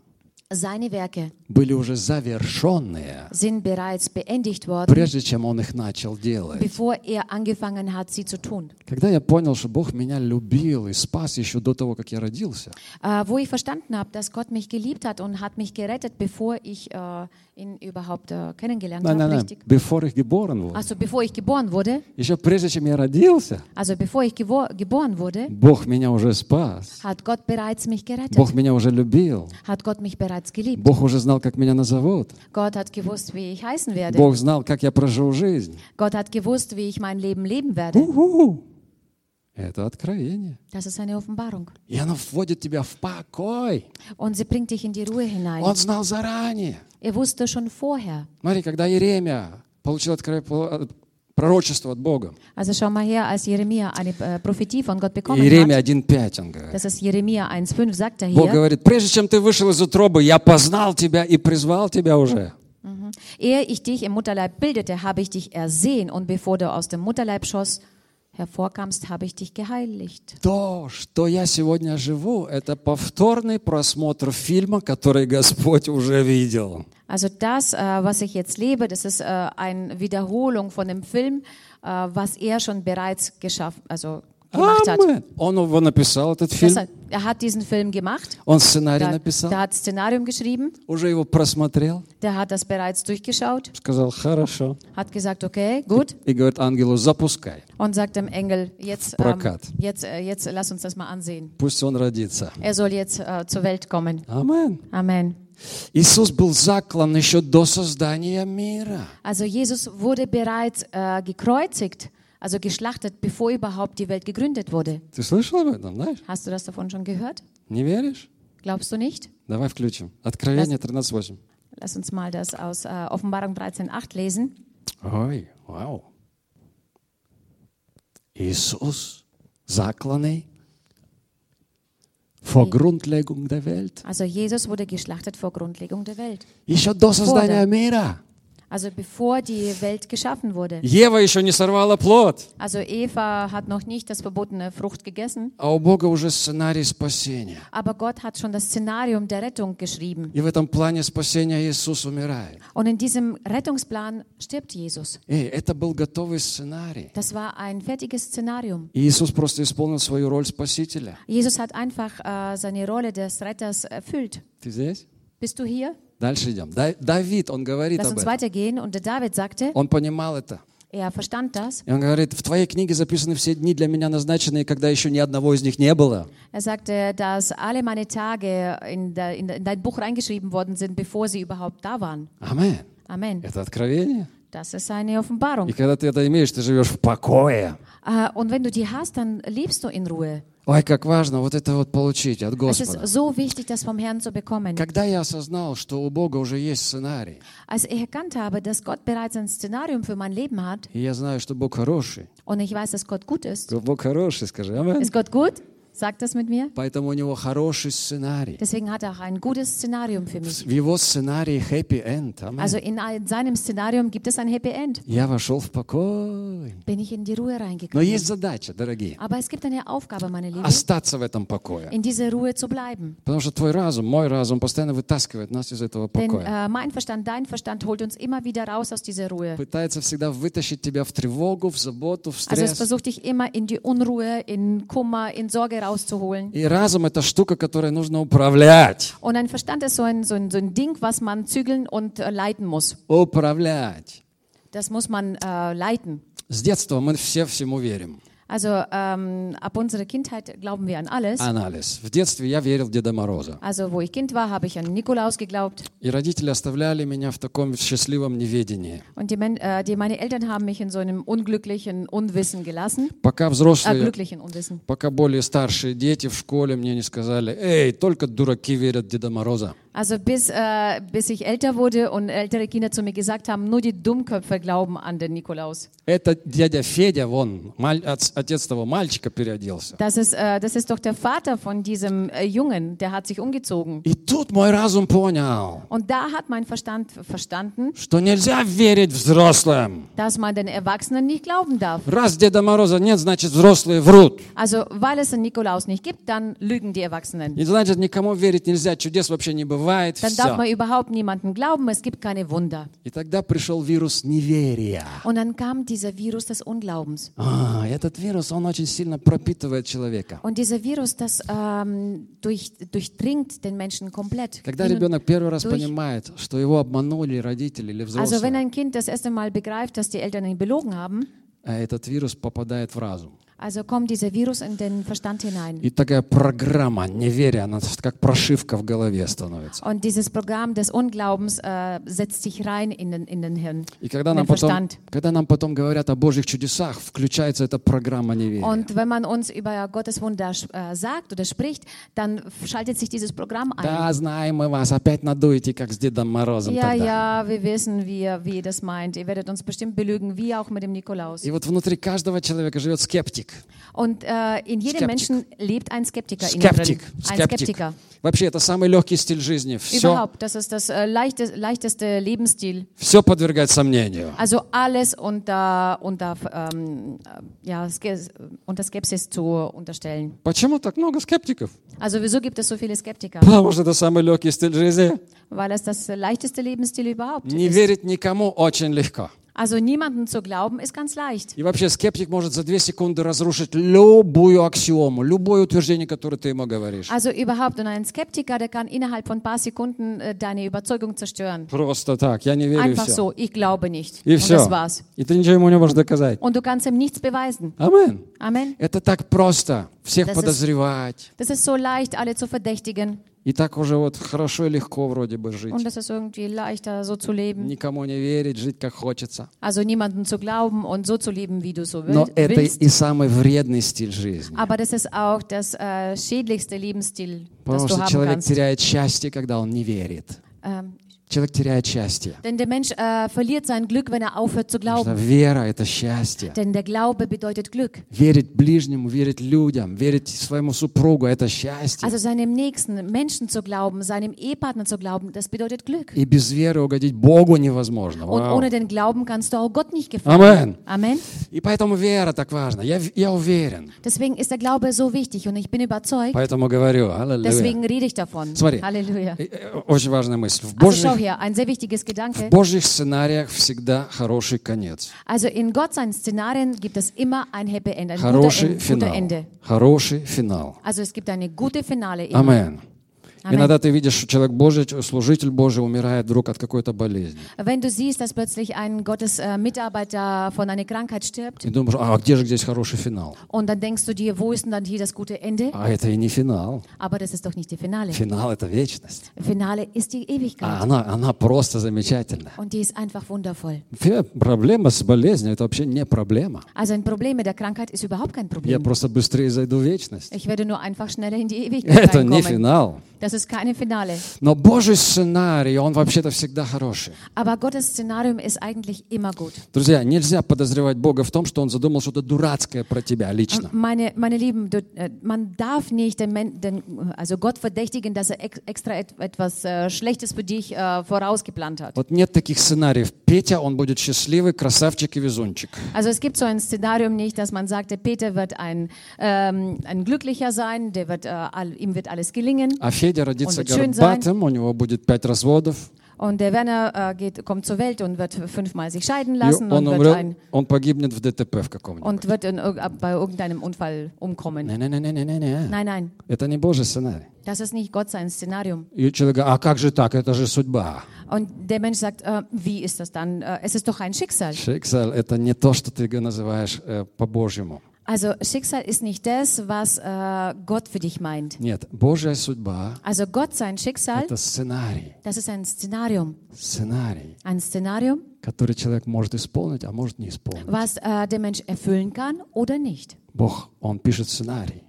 Speaker 2: Seine Werke
Speaker 1: были уже завершенные,
Speaker 2: sind bereits beendigt worden,
Speaker 1: прежде чем он их начал делать.
Speaker 2: bevor er angefangen hat, sie zu tun.
Speaker 1: Когда я понял, что Бог меня любил и spас еще до того, как я родился,
Speaker 2: Äh, wo ich verstanden habe, dass Gott mich geliebt hat und hat mich gerettet, bevor ich äh, ihn überhaupt äh, kennengelernt
Speaker 1: nein,
Speaker 2: habe,
Speaker 1: nein, nein,
Speaker 2: richtig?
Speaker 1: before ich geboren wurde,
Speaker 2: Also bevor ich geboren wurde,
Speaker 1: еще прежде, чем я родился,
Speaker 2: also bevor ich gewor- geboren wurde,
Speaker 1: Бог меня уже спас,
Speaker 2: hat Gott bereits mich gerettet.
Speaker 1: Бог меня уже любил,
Speaker 2: hat Gott mich bereits geliebt.
Speaker 1: Бог уже знал, как меня назовут.
Speaker 2: Gott hat gewusst, wie ich heißen werde.
Speaker 1: Бог знал, как я прожил жизнь.
Speaker 2: Gott hat gewusst, wie ich mein Leben leben werde.
Speaker 1: Уху! Это откровение.
Speaker 2: Das ist eine Offenbarung.
Speaker 1: И оно вводит тебя в покой.
Speaker 2: Und sie bringt dich in die Ruhe hinein.
Speaker 1: Он знал заранее.
Speaker 2: Er wusste schon vorher.
Speaker 1: Смотри, когда Иеремия получил откро- по- пророчество от Бога.
Speaker 2: Also schau mal her, als Jeremia eine äh, Prophetie von Gott bekommen
Speaker 1: Иеремия
Speaker 2: hat.
Speaker 1: 1.5, он говорит.
Speaker 2: Das ist Jeremia 1,5, sagt er
Speaker 1: Бог
Speaker 2: hier.
Speaker 1: говорит, прежде чем ты вышел из утробы, я познал тебя и призвал тебя уже.
Speaker 2: Mhm. Ehe ich dich im Mutterleib bildete, habe ich dich ersehen. Und bevor du aus dem Mutterleib schoss, hervorkamst, habe ich dich geheiligt.
Speaker 1: То, что я сегодня живу, это повторный просмотр фильма, который Господь уже видел.
Speaker 2: Also das, äh, was ich jetzt lebe, das ist äh, eine Wiederholung von dem Film, äh, was er schon bereits geschaffen, also gemacht hat.
Speaker 1: Амен. А Он его написал, этот
Speaker 2: Das,
Speaker 1: фильм.
Speaker 2: hat- er hat diesen Film gemacht,
Speaker 1: Он сценарий
Speaker 2: der,
Speaker 1: написал.
Speaker 2: der hat Szenarium geschrieben,
Speaker 1: уже его просмотрел,
Speaker 2: der hat das bereits durchgeschaut,
Speaker 1: сказал «хорошо»
Speaker 2: hat gesagt, okay, gut,
Speaker 1: и говорит ангелу «запускай,
Speaker 2: und sagt dem Engel, jetzt, ähm,
Speaker 1: Prokrat.
Speaker 2: jetzt, äh, jetzt lass uns das mal ansehen.
Speaker 1: пусть он родится».
Speaker 2: Er soll jetzt äh, zur Welt kommen.
Speaker 1: Амен.
Speaker 2: Amen.
Speaker 1: Иисус был заклан еще до создания мира.
Speaker 2: Also Jesus wurde bereits äh, gekreuzigt, also geschlachtet, bevor überhaupt die Welt gegründet wurde.
Speaker 1: Ты слышал об этом, знаешь?
Speaker 2: Hast du das davon schon gehört?
Speaker 1: Не веришь?
Speaker 2: Glaubst du nicht?
Speaker 1: Давай включим. Откровение 13.8.
Speaker 2: Lass uns mal das aus äh, Offenbarung 13.8 lesen.
Speaker 1: Ой, вау. Иисус закланный vor Grundlegung der Welt.
Speaker 2: Also Jesus wurde geschlachtet vor Grundlegung der Welt.
Speaker 1: Еще до создания мира.
Speaker 2: Also bevor die Welt geschaffen wurde.
Speaker 1: Ева еще не сорвала плод,
Speaker 2: Also Eva hat noch nicht das verbotene Frucht gegessen,
Speaker 1: а у Бога уже сценарий спасения.
Speaker 2: aber Gott hat schon das Szenarium der Rettung geschrieben.
Speaker 1: И в этом плане спасения Иисус умирает.
Speaker 2: Und in diesem Rettungsplan stirbt Jesus.
Speaker 1: Эй, это был готовый сценарий.
Speaker 2: Das war ein fertiges Szenarium.
Speaker 1: И Иисус просто исполнил свою роль Спасителя.
Speaker 2: Jesus hat einfach äh, seine Rolle des Retters erfüllt.
Speaker 1: Ты здесь?
Speaker 2: Bist du hier?
Speaker 1: Dальше идем. Да- Давид, он говорит
Speaker 2: Lass
Speaker 1: об
Speaker 2: uns
Speaker 1: этом.
Speaker 2: weitergehen. Und der David sagte,
Speaker 1: Он понимал это.
Speaker 2: er verstand das.
Speaker 1: И он говорит, в твоей книге записаны все дни для меня назначенные, когда еще ни одного из них не было.
Speaker 2: Er sagte, dass alle meine Tage in, der, in, in dein Buch reingeschrieben worden sind, bevor sie überhaupt da waren.
Speaker 1: Амин.
Speaker 2: Amen.
Speaker 1: Это откровение.
Speaker 2: Das ist eine Offenbarung.
Speaker 1: И когда ты это имеешь, ты живешь в покое.
Speaker 2: Äh, Und wenn du die hast, dann lebst du in Ruhe.
Speaker 1: Ой, как важно вот это вот получить от
Speaker 2: Es ist
Speaker 1: Господа.
Speaker 2: so wichtig, das vom Herrn zu bekommen.
Speaker 1: Когда я осознал, что у Бога уже есть сценарий,
Speaker 2: Als ich erkannt habe, dass Gott bereits ein Szenarium für mein Leben hat
Speaker 1: и я знаю, что Бог хороший,
Speaker 2: und ich weiß, dass Gott gut ist,
Speaker 1: Бог хороший, скажи, аминь.
Speaker 2: ist Gott gut? Sagt das mit mir?
Speaker 1: Поэтому у него хороший сценарий.
Speaker 2: Deswegen hat er auch ein gutes Szenarium für mich.
Speaker 1: В его сценарии happy end. Аминь.
Speaker 2: Also in ein- seinem Szenarium gibt es ein Happy End.
Speaker 1: Я вошел в покой.
Speaker 2: Bin ich in die Ruhe
Speaker 1: Но
Speaker 2: reingekommen.
Speaker 1: есть задача, дорогие,
Speaker 2: Aber es gibt eine Aufgabe, meine Lieben.
Speaker 1: остаться в этом покое.
Speaker 2: in dieser Ruhe zu bleiben.
Speaker 1: Потому что твой разум, мой разум постоянно вытаскивает нас из этого
Speaker 2: Denn
Speaker 1: покоя.
Speaker 2: äh, mein Verstand, dein Verstand holt uns immer wieder raus aus dieser Ruhe.
Speaker 1: Пытается всегда вытащить тебя в тревогу, в заботу, в
Speaker 2: Also es
Speaker 1: стресс.
Speaker 2: versucht dich immer in die Unruhe, in Kummer, in Sorge rauszuholen.
Speaker 1: И разум — это штука, которой нужно управлять.
Speaker 2: Und ein Verstand ist so ein, so ein, so ein Ding, was man zügeln und äh, leiten muss.
Speaker 1: Управлять.
Speaker 2: Das muss man äh, leiten.
Speaker 1: С детства мы все всему верим.
Speaker 2: Also ähm, ab unserer Kindheit glauben wir an alles.
Speaker 1: Ah. Анализ. В детстве я верил в Деда Мороза.
Speaker 2: Also wo ich Kind war, habe ich an Nikolaus geglaubt.
Speaker 1: И родители оставляли меня в таком счастливом неведении.
Speaker 2: Und die, Men äh, die meine Eltern haben mich in so einem unglücklichen Unwissen gelassen.
Speaker 1: Пока
Speaker 2: Äh,
Speaker 1: взрослые
Speaker 2: glücklichen Unwissen.
Speaker 1: Пока более старшие дети в школе мне не сказали, эй, только дураки верят в Деда Мороза.
Speaker 2: Also bis, äh, bis ich älter wurde und ältere Kinder zu mir gesagt haben, nur die Dummköpfe glauben an den Nikolaus.
Speaker 1: Это дядя Федя, вон, маль- отц- отец того мальчика переоделся.
Speaker 2: Das ist, äh, das ist doch der Vater von diesem äh, Jungen, der hat sich umgezogen.
Speaker 1: И тут мой разум понял,
Speaker 2: Und da hat mein Verstand verstanden,
Speaker 1: что нельзя верить взрослым.
Speaker 2: dass man den Erwachsenen nicht glauben darf.
Speaker 1: Раз Деда Мороза нет, значит взрослые врут.
Speaker 2: Also weil es den Nikolaus nicht gibt, dann lügen die Erwachsenen.
Speaker 1: И значит никому верить нельзя, чудес вообще не бывает.
Speaker 2: Dann
Speaker 1: всё.
Speaker 2: darf man überhaupt niemandem glauben, es gibt keine Wunder.
Speaker 1: И тогда пришел вирус неверия.
Speaker 2: Und dann kam dieser Virus des Unglaubens.
Speaker 1: А, этот вирус, он очень сильно пропитывает человека.
Speaker 2: Und dieser Virus, das ähm, durch, durchdringt den Menschen komplett.
Speaker 1: Когда
Speaker 2: Hin und-
Speaker 1: ребенок первый раз
Speaker 2: durch-
Speaker 1: понимает, что его обманули родители или
Speaker 2: Also wenn
Speaker 1: взрослые,
Speaker 2: ein Kind das erste Mal begreift, dass die Eltern ihn belogen haben,
Speaker 1: а этот вирус попадает в разум.
Speaker 2: also kommt dieser Virus in den Verstand hinein.
Speaker 1: И такая программа неверия, она как прошивка в голове становится.
Speaker 2: Und dieses Programm des Unglaubens äh, setzt sich rein in den, in den Hirn,
Speaker 1: И
Speaker 2: in
Speaker 1: когда
Speaker 2: den
Speaker 1: нам, потом,
Speaker 2: Verstand.
Speaker 1: когда нам потом говорят о Божьих чудесах, включается эта программа неверия.
Speaker 2: Und wenn man uns über Gottes Wunder äh, sagt oder spricht, dann f- schaltet sich dieses Programm ein.
Speaker 1: Да, знаем мы вас, опять надуете, как с Дедом Морозом
Speaker 2: ja,
Speaker 1: тогда.
Speaker 2: ja, wir wissen, wie, ihr- wie ihr das meint. Ihr werdet uns bestimmt belügen, wie auch mit dem Nikolaus.
Speaker 1: И вот внутри каждого человека живет скептик.
Speaker 2: Und äh, in
Speaker 1: Skeptik.
Speaker 2: jedem Menschen lebt ein Skeptiker. innen
Speaker 1: Скептик.
Speaker 2: drin. Ein
Speaker 1: Скептик.
Speaker 2: Skeptiker.
Speaker 1: Вообще, это самый легкий стиль жизни. Все,
Speaker 2: Überhaupt, das ist das äh, leichte, leichteste Lebensstil.
Speaker 1: все подвергать сомнению.
Speaker 2: Also alles unter, unter, ähm, äh, ja, Ske unter Skepsis zu unterstellen.
Speaker 1: Почему так много скептиков?
Speaker 2: Also wieso gibt es so viele Skeptiker?
Speaker 1: Потому что это самый легкий стиль жизни.
Speaker 2: Weil es das leichteste Lebensstil überhaupt
Speaker 1: Не
Speaker 2: ist.
Speaker 1: верить никому очень легко.
Speaker 2: Also niemanden zu glauben ist ganz leicht.
Speaker 1: И вообще скептик может за две секунды разрушить любую аксиому, любое утверждение, которое ты ему говоришь.
Speaker 2: Also überhaupt und ein Skeptiker, der kann innerhalb von ein paar Sekunden äh, deine Überzeugung zerstören.
Speaker 1: Просто так, я не верю, и
Speaker 2: Einfach
Speaker 1: все.
Speaker 2: so, ich glaube nicht.
Speaker 1: И
Speaker 2: Und das
Speaker 1: все.
Speaker 2: war's.
Speaker 1: И ты ничего ему не можешь доказать.
Speaker 2: Und du kannst ihm nichts beweisen.
Speaker 1: Амин.
Speaker 2: Amen.
Speaker 1: Это так просто. Всех
Speaker 2: Das ist-
Speaker 1: подозревать.
Speaker 2: Das ist so leicht, alle zu verdächtigen.
Speaker 1: И так уже вот хорошо и легко вроде бы
Speaker 2: Und
Speaker 1: жить.
Speaker 2: das ist irgendwie leichter, so zu leben.
Speaker 1: Никому не верить, жить как хочется.
Speaker 2: Also niemanden zu glauben und so zu leben, wie du so will-
Speaker 1: Но это
Speaker 2: willst.
Speaker 1: и самый вредный стиль жизни.
Speaker 2: Aber das ist auch das äh, schädlichste Lebensstil, das
Speaker 1: Потому
Speaker 2: du
Speaker 1: что
Speaker 2: haben
Speaker 1: человек
Speaker 2: kannst.
Speaker 1: теряет счастье, когда он не верит.
Speaker 2: Ähm,
Speaker 1: Человек теряет счастье.
Speaker 2: denn der Mensch äh, verliert sein Glück, wenn er aufhört zu
Speaker 1: Потому
Speaker 2: glauben.
Speaker 1: что вера — это счастье.
Speaker 2: Denn der Glaube bedeutet Glück.
Speaker 1: Верить ближнему, верить людям, верить своему супругу — это счастье.
Speaker 2: Also seinem nächsten Menschen zu glauben, seinem Ehepartner zu glauben, das bedeutet Glück.
Speaker 1: И без веры угодить Богу невозможно.
Speaker 2: Und
Speaker 1: Вау.
Speaker 2: ohne den Glauben kannst du auch Gott nicht gefallen.
Speaker 1: Amen.
Speaker 2: Amen.
Speaker 1: И поэтому вера так важна. Я, в- я уверен.
Speaker 2: Deswegen ist der Glaube so wichtig und ich bin überzeugt.
Speaker 1: Поэтому говорю. Аллилуйя.
Speaker 2: Deswegen rede ich davon.
Speaker 1: Смотри.
Speaker 2: Halleluja.
Speaker 1: Э, э, Очень важная мысль. В
Speaker 2: Also
Speaker 1: Божьих,
Speaker 2: schau hier, ein sehr wichtiges
Speaker 1: в
Speaker 2: Gedanke.
Speaker 1: Божьих сценариях всегда хороший конец.
Speaker 2: Also in Gott seinen Szenarien gibt es immer ein Happy End, ein guter,
Speaker 1: Хороший
Speaker 2: End, guter
Speaker 1: финал.
Speaker 2: Ende.
Speaker 1: Хороший финал.
Speaker 2: Also es gibt eine gute Finale. immer.
Speaker 1: Амен.
Speaker 2: Амен.
Speaker 1: Иногда ты видишь, что человек Божий, ч- служитель Божий умирает вдруг от какой-то болезни.
Speaker 2: Wenn du siehst, dass plötzlich ein Gottes äh, Mitarbeiter von einer Krankheit stirbt
Speaker 1: И думаешь, а где же здесь хороший финал?
Speaker 2: und dann denkst du dir, wo ist denn dann hier das gute Ende?
Speaker 1: А это и не финал.
Speaker 2: Aber das ist doch nicht die Finale.
Speaker 1: Финал — это вечность.
Speaker 2: Finale ist die Ewigkeit
Speaker 1: А она, она просто замечательна.
Speaker 2: und die ist einfach wundervoll.
Speaker 1: Фе- Проблема с болезнью — это вообще не проблема.
Speaker 2: Also ein Problem mit der Krankheit ist überhaupt kein
Speaker 1: Я
Speaker 2: Problem.
Speaker 1: просто быстрее зайду в вечность.
Speaker 2: Ich werde nur einfach schneller in die Ewigkeit
Speaker 1: Это не
Speaker 2: reinkommen.
Speaker 1: финал.
Speaker 2: Das ist keine Finale.
Speaker 1: Но Божий сценарий, он вообще-то всегда хороший.
Speaker 2: Aber Gottes Szenarium ist eigentlich immer gut.
Speaker 1: Друзья, нельзя подозревать Бога в том, что он задумал что-то дурацкое про тебя лично.
Speaker 2: Meine, meine Lieben, du, äh, man darf nicht den, Men- den, also Gott verdächtigen, dass er ex extra et etwas äh, Schlechtes für dich äh, vorausgeplant hat.
Speaker 1: Вот нет таких сценариев. Петя, он будет счастливый, красавчик и везунчик.
Speaker 2: Also es gibt so ein Szenarium nicht, dass man sagt, der Peter wird ein, ähm, ein Glücklicher sein, der wird, äh, all, ihm wird alles gelingen.
Speaker 1: А Федя родится
Speaker 2: Он очень
Speaker 1: горбатым, у него будет пять разводов.
Speaker 2: Und der Werner äh, geht, kommt zur Welt und wird fünfmal sich scheiden
Speaker 1: И
Speaker 2: lassen und
Speaker 1: он
Speaker 2: wird, ein,
Speaker 1: умрет, он погибнет в ДТП в каком-нибудь.
Speaker 2: und wird in, irg- bei irgendeinem Unfall umkommen.
Speaker 1: Не-не-не-не-не-не.
Speaker 2: Nein, nein,
Speaker 1: Это не Божий сценарий.
Speaker 2: das ist nicht Gott sein Szenarium.
Speaker 1: И человек говорит, а как же так, это же судьба.
Speaker 2: Und der Mensch sagt, äh, wie ist das dann? Äh, es ist doch ein Schicksal.
Speaker 1: Шексаль — это не то, что ты называешь э, по-божьему.
Speaker 2: Also Schicksal ist nicht das, was äh, Gott für dich meint.
Speaker 1: Нет, Божья судьба
Speaker 2: Also Gott
Speaker 1: —
Speaker 2: sein Schicksal,
Speaker 1: это сценарий.
Speaker 2: das ist ein Szenarium.
Speaker 1: Сценарий,
Speaker 2: Ein Szenarium,
Speaker 1: который человек может исполнить, а может не исполнить.
Speaker 2: was äh, der Mensch erfüllen kann oder nicht.
Speaker 1: Бог, Он пишет сценарий.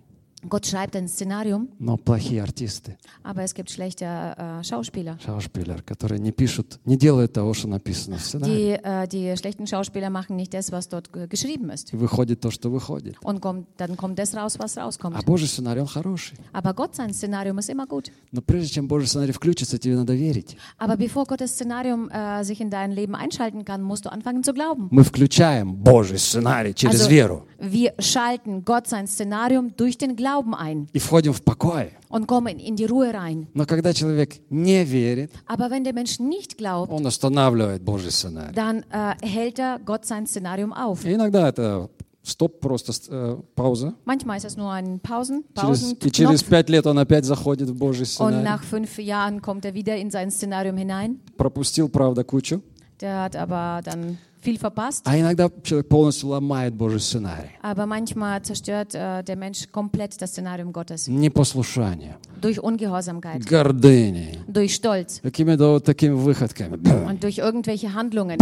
Speaker 2: Gott schreibt ein Szenarium,
Speaker 1: но плохие артисты,
Speaker 2: aber es gibt schlechte äh, Schauspieler.
Speaker 1: шаушпилер, которые не пишут, не делают того, что написано в сценарии.
Speaker 2: Die, äh, die schlechten Schauspieler machen nicht das, was dort ge- geschrieben ist.
Speaker 1: И выходит то, что выходит.
Speaker 2: Und kommt, dann kommt das raus, was
Speaker 1: А
Speaker 2: rauskommt.
Speaker 1: Божий сценарий, он хороший.
Speaker 2: Aber Gott, sein Szenarium ist immer gut.
Speaker 1: Но прежде чем Божий сценарий включится, тебе надо верить.
Speaker 2: Aber bevor Gottes Szenarium äh, sich in dein Leben einschalten kann, musst du anfangen zu glauben. Also,
Speaker 1: Мы включаем Божий сценарий
Speaker 2: А
Speaker 1: через веру
Speaker 2: wir schalten Gott sein Szenarium durch den Glauben ein
Speaker 1: и входим в покой.
Speaker 2: und kommen in die Ruhe rein.
Speaker 1: Но когда человек не верит,
Speaker 2: Aber wenn der Mensch nicht glaubt,
Speaker 1: он останавливает Божий сценарий.
Speaker 2: dann äh, hält er Gott sein Szenarium auf.
Speaker 1: И иногда это стоп, просто э, пауза.
Speaker 2: Manchmal ist es nur ein Pausen,
Speaker 1: Через- и через
Speaker 2: Pausenknopf
Speaker 1: пять лет он опять заходит в Божий
Speaker 2: und
Speaker 1: сценарий.
Speaker 2: nach fünf Jahren kommt er wieder in sein Szenarium hinein.
Speaker 1: Пропустил, правда, кучу.
Speaker 2: Der hat aber dann viel verpasst.
Speaker 1: А иногда человек полностью ломает Божий сценарий.
Speaker 2: Aber manchmal zerstört äh, der Mensch komplett das Szenarium Gottes
Speaker 1: Непослушание,
Speaker 2: durch Ungehorsamkeit,
Speaker 1: гордыней,
Speaker 2: durch Stolz
Speaker 1: какими-то вот такими выходками. <clears throat> Бум!
Speaker 2: und durch irgendwelche Handlungen.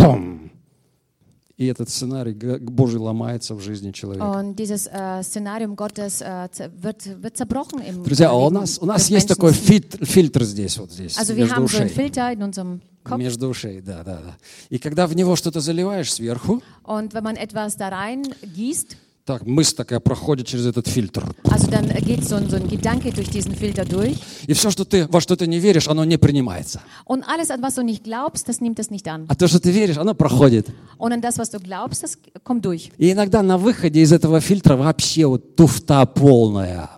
Speaker 1: И этот сценарий г- Божий ломается в жизни человека.
Speaker 2: Und dieses äh, Szenarium Gottes äh, zer- wird, wird zerbrochen im
Speaker 1: Друзья, а у
Speaker 2: Leben
Speaker 1: нас, у нас
Speaker 2: des
Speaker 1: есть
Speaker 2: Menschen.
Speaker 1: такой фит- фильтр здесь, вот здесь,
Speaker 2: Also wir
Speaker 1: между
Speaker 2: haben so
Speaker 1: ушей.
Speaker 2: einen Filter in unserem Kopf
Speaker 1: Между ушей, да, да, да. И когда в него что-то заливаешь сверху,
Speaker 2: und wenn man etwas da rein gießt,
Speaker 1: так, мысль такая проходит через этот фильтр.
Speaker 2: also dann geht so ein, so ein Gedanke durch diesen Filter durch
Speaker 1: И все, что ты, во что ты не веришь, оно не принимается.
Speaker 2: und alles, an was du nicht glaubst, das nimmt es nicht an.
Speaker 1: А то, что ты веришь, оно проходит.
Speaker 2: Und an das, was du glaubst, das kommt durch.
Speaker 1: И иногда на выходе из этого фильтра вообще вот туфта полная.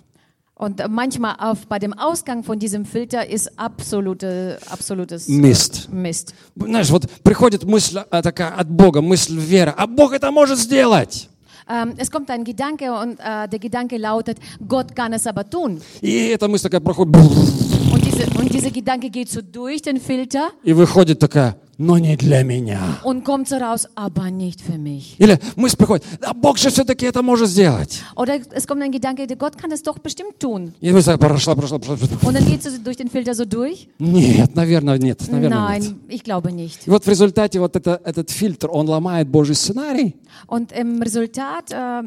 Speaker 2: Und äh, manchmal auf, bei dem Ausgang von diesem Filter ist absolute, absolutes äh,
Speaker 1: Mist.
Speaker 2: Mist.
Speaker 1: Знаешь, вот приходит мысль а, такая от Бога, мысль веры. А Бог это может сделать.
Speaker 2: Ähm, es kommt ein Gedanke und äh, der Gedanke lautet, Gott kann es aber tun.
Speaker 1: И эта мысль такая проходит, бф,
Speaker 2: Und, diese, und dieser Gedanke geht so durch den Filter
Speaker 1: и выходит такая, но не для меня.
Speaker 2: und kommt so raus, aber nicht für mich.
Speaker 1: Или мысль приходит, а Бог же все-таки это может сделать.
Speaker 2: Oder es kommt ein Gedanke, der Gott kann das doch bestimmt tun.
Speaker 1: И мысль такая прошла, прошла, прошла. прошла.
Speaker 2: Und dann geht es durch den Filter so durch.
Speaker 1: Нет, наверное, нет, наверное, нет.
Speaker 2: Nein, ich glaube nicht.
Speaker 1: И вот в результате вот это, этот фильтр, он ломает Божий сценарий.
Speaker 2: Und im Resultat äh,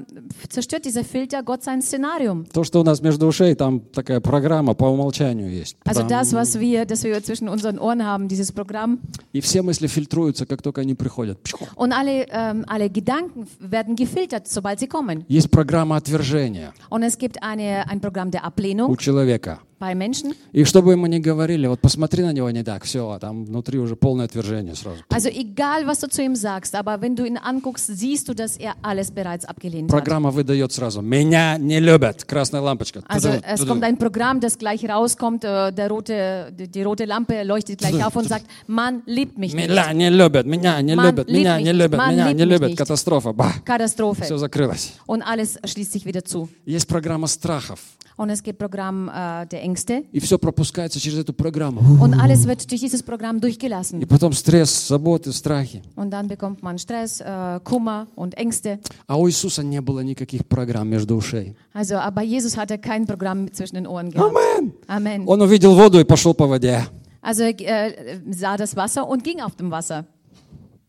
Speaker 2: zerstört dieser Filter Gott sein Szenarium.
Speaker 1: То, что у нас между ушей, там такая программа по умолчанию есть.
Speaker 2: Also
Speaker 1: Там-
Speaker 2: das, was wir, das wir zwischen unseren Ohren haben, dieses Programm.
Speaker 1: И все мысли фильтруются, как только они приходят. Пшу.
Speaker 2: Und alle, ähm, alle Gedanken werden gefiltert, sobald sie kommen.
Speaker 1: Есть программа отвержения
Speaker 2: Und es gibt eine, ein Programm der Ablehnung
Speaker 1: у человека.
Speaker 2: bei Menschen.
Speaker 1: И что бы ему ни говорили, вот посмотри на него не так, все, там внутри уже полное отвержение сразу.
Speaker 2: Also egal, was du zu ihm sagst, aber wenn du ihn anguckst, siehst du, dass er alles bereits abgelehnt hat.
Speaker 1: Программа выдает сразу. Меня не любят. Красная лампочка.
Speaker 2: Also
Speaker 1: Ту-ду,
Speaker 2: es
Speaker 1: ту-ду.
Speaker 2: kommt ein Programm, das gleich rauskommt, äh, der rote, die, die rote Lampe leuchtet gleich auf und sagt, Mann liebt mich nicht.
Speaker 1: Меня не любят, меня не
Speaker 2: Man
Speaker 1: любят,
Speaker 2: liebt
Speaker 1: меня
Speaker 2: mich
Speaker 1: не
Speaker 2: nicht,
Speaker 1: любят,
Speaker 2: man
Speaker 1: меня
Speaker 2: liebt
Speaker 1: не
Speaker 2: mich
Speaker 1: любят.
Speaker 2: nicht.
Speaker 1: Катастроfa. Ба. Все
Speaker 2: Katastrophe.
Speaker 1: закрылось.
Speaker 2: Und alles schließt sich wieder zu.
Speaker 1: Есть программа страхов.
Speaker 2: Und es gibt Programm äh, der Ängste.
Speaker 1: И все пропускается через эту программу.
Speaker 2: Und alles wird durch dieses Programm
Speaker 1: И
Speaker 2: durchgelassen.
Speaker 1: потом стресс, заботы, страхи.
Speaker 2: Und dann bekommt man Stress, äh, Kummer und Ängste.
Speaker 1: А у Иисуса не было никаких программ между ушей.
Speaker 2: Also, aber Jesus hatte kein Programm zwischen den Ohren gehabt.
Speaker 1: Amen. Oh.
Speaker 2: Amen.
Speaker 1: Он увидел воду и пошел по воде.
Speaker 2: Also er äh, sah das Wasser und ging auf dem Wasser.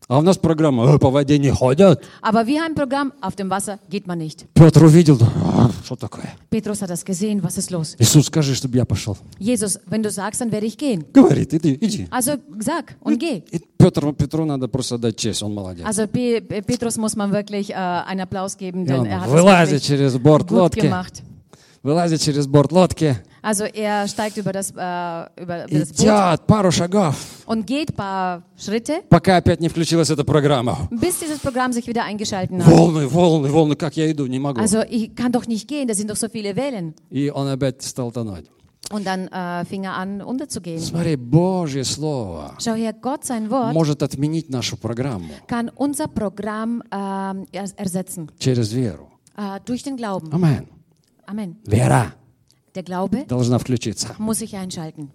Speaker 1: А у нас программа «Э, по воде не ходят.
Speaker 2: Aber wir haben ein Programm, auf dem Wasser geht man nicht.
Speaker 1: Петр увидел, «А, что такое?
Speaker 2: Petrus hat das gesehen, was ist los?
Speaker 1: Иисус, скажи, чтобы я пошел.
Speaker 2: Jesus, wenn du sagst, dann werde ich gehen.
Speaker 1: Говорит, иди, иди.
Speaker 2: Also sag und geh.
Speaker 1: И Петр, Петру надо просто дать честь, он молодец.
Speaker 2: Also Pe Pe- Petrus muss man wirklich äh, einen Applaus geben,
Speaker 1: И
Speaker 2: denn
Speaker 1: он
Speaker 2: er hat
Speaker 1: вылазит
Speaker 2: es wirklich
Speaker 1: через борт
Speaker 2: gut
Speaker 1: лодки,
Speaker 2: gemacht.
Speaker 1: вылазит через борт лодки,
Speaker 2: Also er steigt über das, äh, über, über das Boot
Speaker 1: идет пару шагов,
Speaker 2: und geht paar Schritte,
Speaker 1: пока опять не включилась эта программа.
Speaker 2: bis dieses Programm sich wieder eingeschalten hat.
Speaker 1: Волны, волны, волны, как я иду, не могу.
Speaker 2: Also ich kann doch nicht gehen, da sind doch so viele Wellen.
Speaker 1: И он опять стал тонуть.
Speaker 2: Und dann äh, fing er an, unterzugehen.
Speaker 1: Смотри, Божье Слово
Speaker 2: Schau her, Gott, sein Wort
Speaker 1: может отменить нашу программу
Speaker 2: kann unser Programm ähm, ers- ersetzen
Speaker 1: через веру.
Speaker 2: äh, durch den Glauben.
Speaker 1: Амен.
Speaker 2: Amen.
Speaker 1: Вера
Speaker 2: Der Glaube
Speaker 1: должна включиться.
Speaker 2: muss sich einschalten.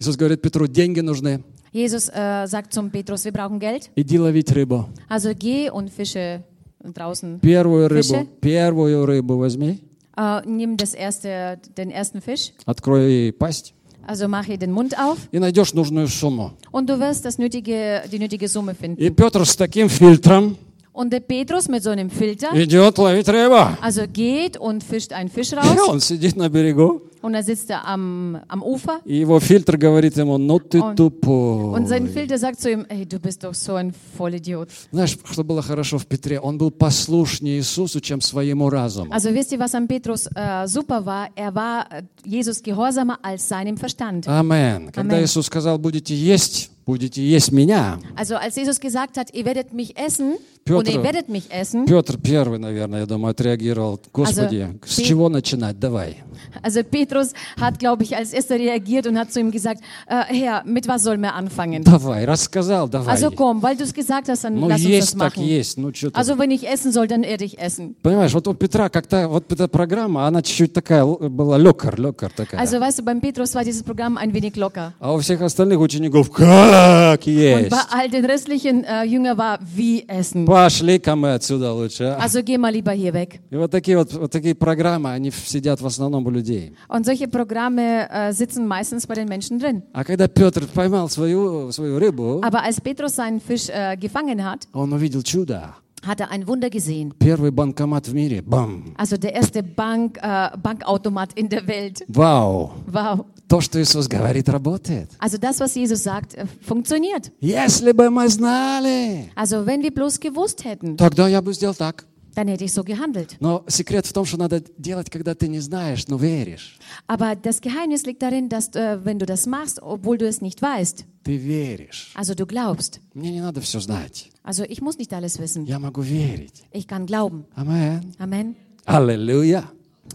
Speaker 1: Иисус говорит Петру, деньги нужны,
Speaker 2: Jesus äh, sagt zum Petrus, wir brauchen Geld.
Speaker 1: иди ловить рыбу.
Speaker 2: Also geh und fische draußen.
Speaker 1: Первую рыбу,
Speaker 2: Фише?
Speaker 1: первую рыбу возьми,
Speaker 2: Äh, nimm das erste, den ersten Fisch,
Speaker 1: открой ей пасть
Speaker 2: also mach ihr den Mund auf
Speaker 1: и найдешь нужную сумму.
Speaker 2: und du wirst das nötige, die nötige Summe finden.
Speaker 1: И Петр с таким фильтром,
Speaker 2: Und der Petrus mit so einem Filter,
Speaker 1: идет ловить рыба.
Speaker 2: also geht und fischt einen Fisch
Speaker 1: И
Speaker 2: raus
Speaker 1: он сидит на берегу,
Speaker 2: und dann sitzt er am, am Ufer
Speaker 1: и его фильтр говорит ему, ну ты
Speaker 2: Он-
Speaker 1: тупой.
Speaker 2: und sein Filter sagt zu ihm, ey, du bist doch so ein Vollidiot.
Speaker 1: Знаешь, что было хорошо в Петре? Он был послушнее Иисусу, чем своему разуму.
Speaker 2: Also wisst ihr, was an Petrus äh, super war? Er war äh, Jesus gehorsamer als seinem Verstand.
Speaker 1: Амен. Когда
Speaker 2: А Амен.
Speaker 1: Иисус сказал, будете есть, будете есть меня,
Speaker 2: Also als Jesus gesagt hat, ihr werdet mich essen
Speaker 1: Piotr.
Speaker 2: und ihr werdet mich essen,
Speaker 1: Петр первый, наверное, я думаю,
Speaker 2: А
Speaker 1: отреагировал. Господи,
Speaker 2: Азо-
Speaker 1: с
Speaker 2: ты-
Speaker 1: чего начинать? Давай.
Speaker 2: also Petrus hat, glaube ich, als erster reagiert und hat zu ihm gesagt, äh, Herr, mit was sollen wir anfangen?
Speaker 1: Давай, рассказал, давай.
Speaker 2: Also komm, weil du es gesagt hast, dann
Speaker 1: Ну,
Speaker 2: lass uns das
Speaker 1: есть так
Speaker 2: machen.
Speaker 1: есть. Ну, что ты...
Speaker 2: Also wenn ich essen soll, dann werde ich essen.
Speaker 1: Понимаешь, вот у Петра как-то, вот эта программа, она чуть-чуть такая л- была, лёкар, лёкар такая.
Speaker 2: Also weißt du, beim Petrus war dieses Programm ein wenig locker.
Speaker 1: А у всех остальных учеников как
Speaker 2: Und
Speaker 1: есть.
Speaker 2: bei all den restlichen äh, Jünger war wie essen.
Speaker 1: Пошли-ка мы отсюда лучше. а.
Speaker 2: Also geh mal lieber hier weg.
Speaker 1: И вот такие вот, вот такие программы, они в- сидят в основном у людей.
Speaker 2: Und solche Programme äh, sitzen meistens bei den Menschen drin.
Speaker 1: А когда Петр поймал свою, свою рыбу,
Speaker 2: Aber als Petrus seinen Fisch äh, gefangen hat,
Speaker 1: он увидел чудо.
Speaker 2: hat er ein Wunder gesehen.
Speaker 1: Первый банкомат в мире. Бам!
Speaker 2: Also der erste Bank, äh, Bankautomat in der Welt.
Speaker 1: Вау!
Speaker 2: Wow.
Speaker 1: То, что Иисус говорит, работает.
Speaker 2: Also das, was Jesus sagt, äh, funktioniert.
Speaker 1: Если бы мы знали,
Speaker 2: Also wenn wir bloß gewusst hätten,
Speaker 1: тогда я бы сделал так.
Speaker 2: dann hätte ich so gehandelt.
Speaker 1: Но секрет в том, что надо делать, когда ты не знаешь, но веришь.
Speaker 2: Aber das Geheimnis liegt darin, dass äh, wenn du das machst, obwohl du es nicht weißt,
Speaker 1: Ты веришь.
Speaker 2: also du glaubst.
Speaker 1: Мне не надо все знать.
Speaker 2: Also ich muss nicht alles wissen.
Speaker 1: Я могу верить.
Speaker 2: Ich kann glauben.
Speaker 1: Амен.
Speaker 2: Amen.
Speaker 1: Аллилуйя.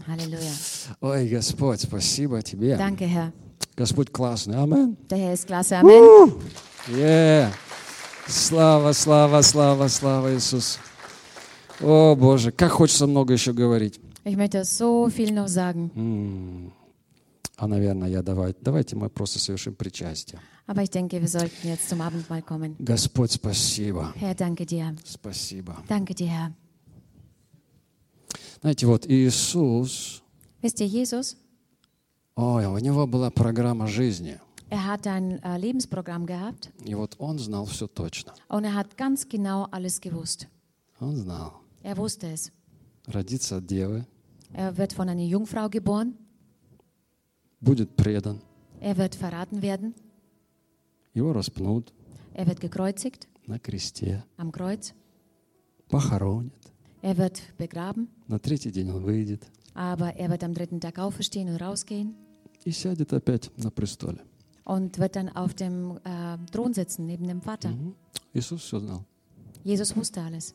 Speaker 2: Halleluja.
Speaker 1: Ой, Господь, спасибо тебе.
Speaker 2: Danke, Herr.
Speaker 1: Господь классный. Амен.
Speaker 2: Der Herr ist klasse. Amen.
Speaker 1: Е. Слава, слава, слава, слава Иисус. О, Боже, как хочется много еще говорить.
Speaker 2: Ich möchte so viel noch sagen.
Speaker 1: А, наверное, я давай, давайте мы просто совершим причастие.
Speaker 2: Aber ich denke, wir sollten jetzt zum Abendmahl kommen.
Speaker 1: Господь, спасибо.
Speaker 2: Herr, danke dir.
Speaker 1: Спасибо.
Speaker 2: Danke dir, Herr.
Speaker 1: Знаете, вот Иисус,
Speaker 2: Wisst ihr, Jesus,
Speaker 1: ой, у него была программа жизни.
Speaker 2: er hat ein äh, Lebensprogramm gehabt
Speaker 1: И вот он знал все точно.
Speaker 2: und er hat ganz genau alles gewusst.
Speaker 1: Он знал.
Speaker 2: Er wusste es.
Speaker 1: Родится от девы,
Speaker 2: Er wird von einer Jungfrau geboren.
Speaker 1: будет предан,
Speaker 2: Er wird verraten werden.
Speaker 1: его распнут
Speaker 2: Er wird gekreuzigt
Speaker 1: на кресте,
Speaker 2: am Kreuz.
Speaker 1: похоронят.
Speaker 2: Er wird begraben.
Speaker 1: На третий день он выйдет
Speaker 2: Aber er wird am dritten Tag auferstehen und rausgehen
Speaker 1: и сядет опять на престоле.
Speaker 2: und wird dann auf dem äh, Thron sitzen, neben dem Vater.
Speaker 1: Mhm. Иисус все знал,
Speaker 2: Jesus wusste alles,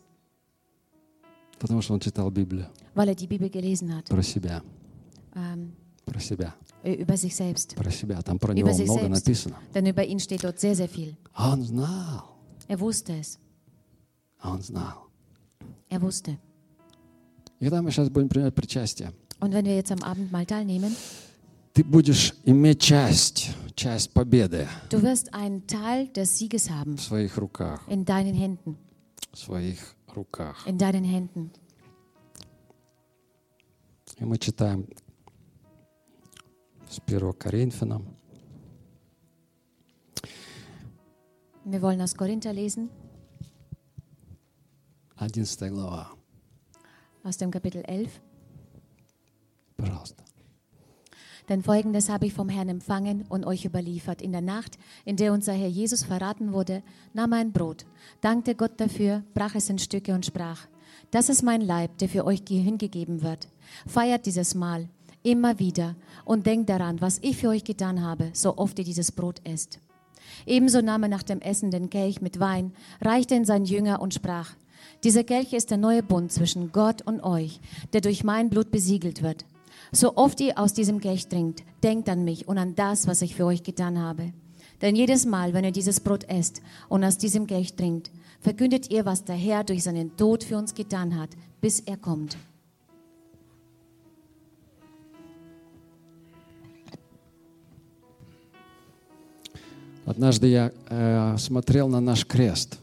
Speaker 1: потому что он читал Библию
Speaker 2: weil er die Bibel gelesen hat.
Speaker 1: про себя,
Speaker 2: Ähm,
Speaker 1: про себя,
Speaker 2: über sich selbst.
Speaker 1: про себя. Там про него
Speaker 2: Über sich
Speaker 1: много
Speaker 2: selbst.
Speaker 1: написано.
Speaker 2: Denn über ihn steht dort sehr, sehr viel.
Speaker 1: А Он знал,
Speaker 2: Er wusste es.
Speaker 1: а он знал.
Speaker 2: Er wusste.
Speaker 1: И когда мы сейчас будем принимать причастие,
Speaker 2: Und wenn wir jetzt am Abend mal teilnehmen,
Speaker 1: ты будешь иметь часть, часть победы
Speaker 2: du wirst einen Teil des Sieges haben.
Speaker 1: в своих руках,
Speaker 2: In deinen Händen.
Speaker 1: в своих руках.
Speaker 2: In deinen Händen.
Speaker 1: И мы читаем с 1 Коринфянам,
Speaker 2: Wir wollen aus Korinther lesen,
Speaker 1: 11 глава.
Speaker 2: aus dem Kapitel 11.
Speaker 1: Пожалуйста.
Speaker 2: Denn folgendes habe ich vom Herrn empfangen und euch überliefert. In der Nacht, in der unser Herr Jesus verraten wurde, nahm er ein Brot, dankte Gott dafür, brach es in Stücke und sprach, das ist mein Leib, der für euch ge- hingegeben wird. Feiert dieses Mahl immer wieder und denkt daran, was ich für euch getan habe, so oft ihr dieses Brot esst. Ebenso nahm er nach dem Essen den Kelch mit Wein, reichte ihn seinen Jünger und sprach, dieser Kelch ist der neue Bund zwischen Gott und euch, der durch mein Blut besiegelt wird. So oft ihr aus diesem Kelch trinkt, denkt an mich und an das, was ich für euch getan habe. Denn jedes Mal, wenn ihr dieses Brot esst und aus diesem Kelch trinkt, verkündet ihr, was der Herr durch seinen Tod für uns getan hat, bis er kommt.
Speaker 1: Однажды я э, смотрел на наш крест.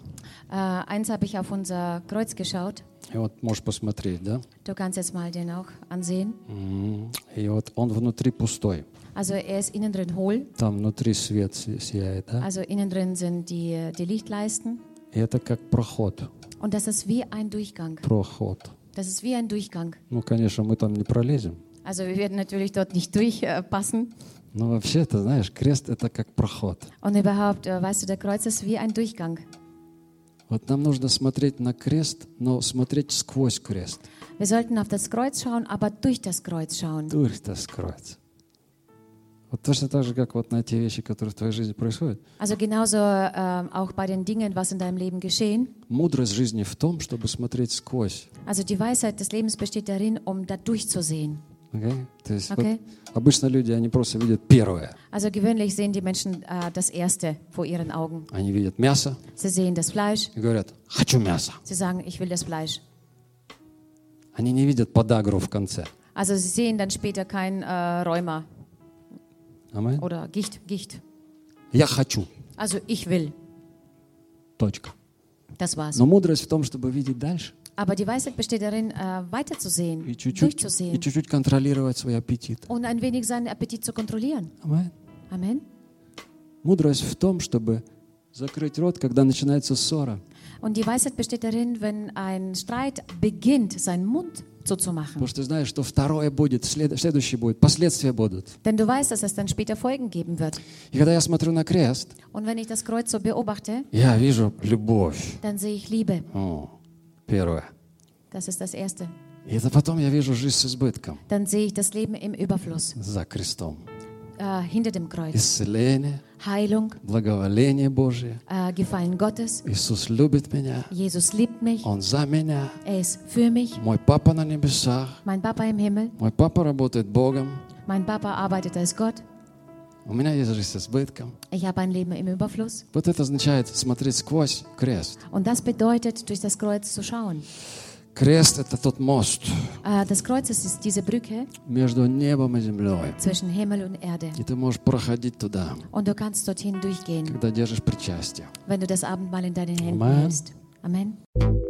Speaker 2: Äh, eins habe ich auf unser Kreuz geschaut.
Speaker 1: И вот можешь посмотреть, да?
Speaker 2: Du kannst jetzt mal den auch ansehen.
Speaker 1: Мгм. И вот он внутри пустой.
Speaker 2: Also er ist innen drin hohl.
Speaker 1: Там внутри свет си- сияет, да?
Speaker 2: А Also innen drin sind die, die Lichtleisten.
Speaker 1: И это как проход.
Speaker 2: Und das ist wie ein Durchgang.
Speaker 1: проход.
Speaker 2: Das ist wie ein Durchgang.
Speaker 1: Ну, конечно, мы там не пролезем.
Speaker 2: Also wir werden natürlich dort nicht durchpassen.
Speaker 1: Но вообще, ты знаешь, крест — это как проход.
Speaker 2: Und überhaupt, äh, weißt du, der Kreuz ist wie ein Durchgang.
Speaker 1: Вот нам нужно смотреть на крест, но смотреть сквозь крест.
Speaker 2: Wir sollten auf das Kreuz schauen, aber durch das Kreuz schauen.
Speaker 1: Дурь то скроется. Вот точно так же, как вот на те вещи, которые в твоей жизни происходят.
Speaker 2: Also genauso äh, auch bei den Dingen, was in deinem Leben geschehen.
Speaker 1: Мудрость жизни в том, чтобы смотреть сквозь.
Speaker 2: Also die Weisheit des Lebens besteht darin, um da durchzusehen.
Speaker 1: Окей? То есть вот
Speaker 2: Окей.
Speaker 1: обычно люди, они просто видят первое.
Speaker 2: Also gewöhnlich sehen die Menschen äh, das Erste vor ihren Augen.
Speaker 1: Они видят мясо
Speaker 2: Sie sehen das Fleisch.
Speaker 1: и говорят, хочу мясо.
Speaker 2: Sie sagen, ich will das Fleisch.
Speaker 1: Они не видят подагру в конце.
Speaker 2: Also sie sehen dann später kein äh, Rheuma
Speaker 1: Аминь?
Speaker 2: oder Gicht, Gicht.
Speaker 1: Я хочу.
Speaker 2: Also ich will.
Speaker 1: Точка.
Speaker 2: Das war's.
Speaker 1: Но мудрость в том, чтобы видеть дальше
Speaker 2: Aber die Weisheit besteht darin, äh, weiterzusehen,
Speaker 1: и чуть-чуть, и
Speaker 2: durchzusehen
Speaker 1: чуть-чуть контролировать свой аппетит.
Speaker 2: und ein wenig seinen Appetit zu kontrollieren.
Speaker 1: Аминь?
Speaker 2: Amen.
Speaker 1: Мудрость в том, чтобы закрыть рот, когда начинается ссора,
Speaker 2: Und die Weisheit besteht darin, wenn ein Streit beginnt, seinen Mund zuzumachen.
Speaker 1: потому что знаешь, что второе будет, след- следующее будет, последствия будут.
Speaker 2: Denn du weißt, dass es dann später Folgen geben wird.
Speaker 1: И когда я смотрю на крест,
Speaker 2: Und wenn ich das Kreuz so beobachte,
Speaker 1: я вижу любовь.
Speaker 2: dann sehe ich Liebe.
Speaker 1: О, первое.
Speaker 2: Das ist das Erste.
Speaker 1: И это потом я вижу жизнь с избытком
Speaker 2: Dann sehe ich das Leben im Überfluss,
Speaker 1: за крестом.
Speaker 2: äh, hinter dem Kreuz.
Speaker 1: Исцеление,
Speaker 2: Heilung,
Speaker 1: благоволение Божие.
Speaker 2: äh, Gefallen Gottes.
Speaker 1: Иисус любит меня,
Speaker 2: Jesus liebt mich.
Speaker 1: Он за меня.
Speaker 2: Er ist für mich.
Speaker 1: Мой папа на небесах,
Speaker 2: Mein Papa im Himmel.
Speaker 1: мой папа работает Богом.
Speaker 2: Mein Papa arbeitet als Gott.
Speaker 1: У меня есть жизнь с избытком.
Speaker 2: Ich habe ein Leben im Überfluss.
Speaker 1: Вот это означает смотреть сквозь крест.
Speaker 2: Und das bedeutet, durch das Kreuz zu schauen.
Speaker 1: Крест — это тот мост
Speaker 2: Äh, das Kreuz ist- ist diese Brücke
Speaker 1: между небом и землей.
Speaker 2: zwischen Himmel und Erde.
Speaker 1: И ты можешь проходить туда,
Speaker 2: Und du kannst dorthin durchgehen,
Speaker 1: когда держишь причастие.
Speaker 2: wenn du das Abendmahl in deinen Händen
Speaker 1: Genau. Amen.
Speaker 2: hältst. Amen.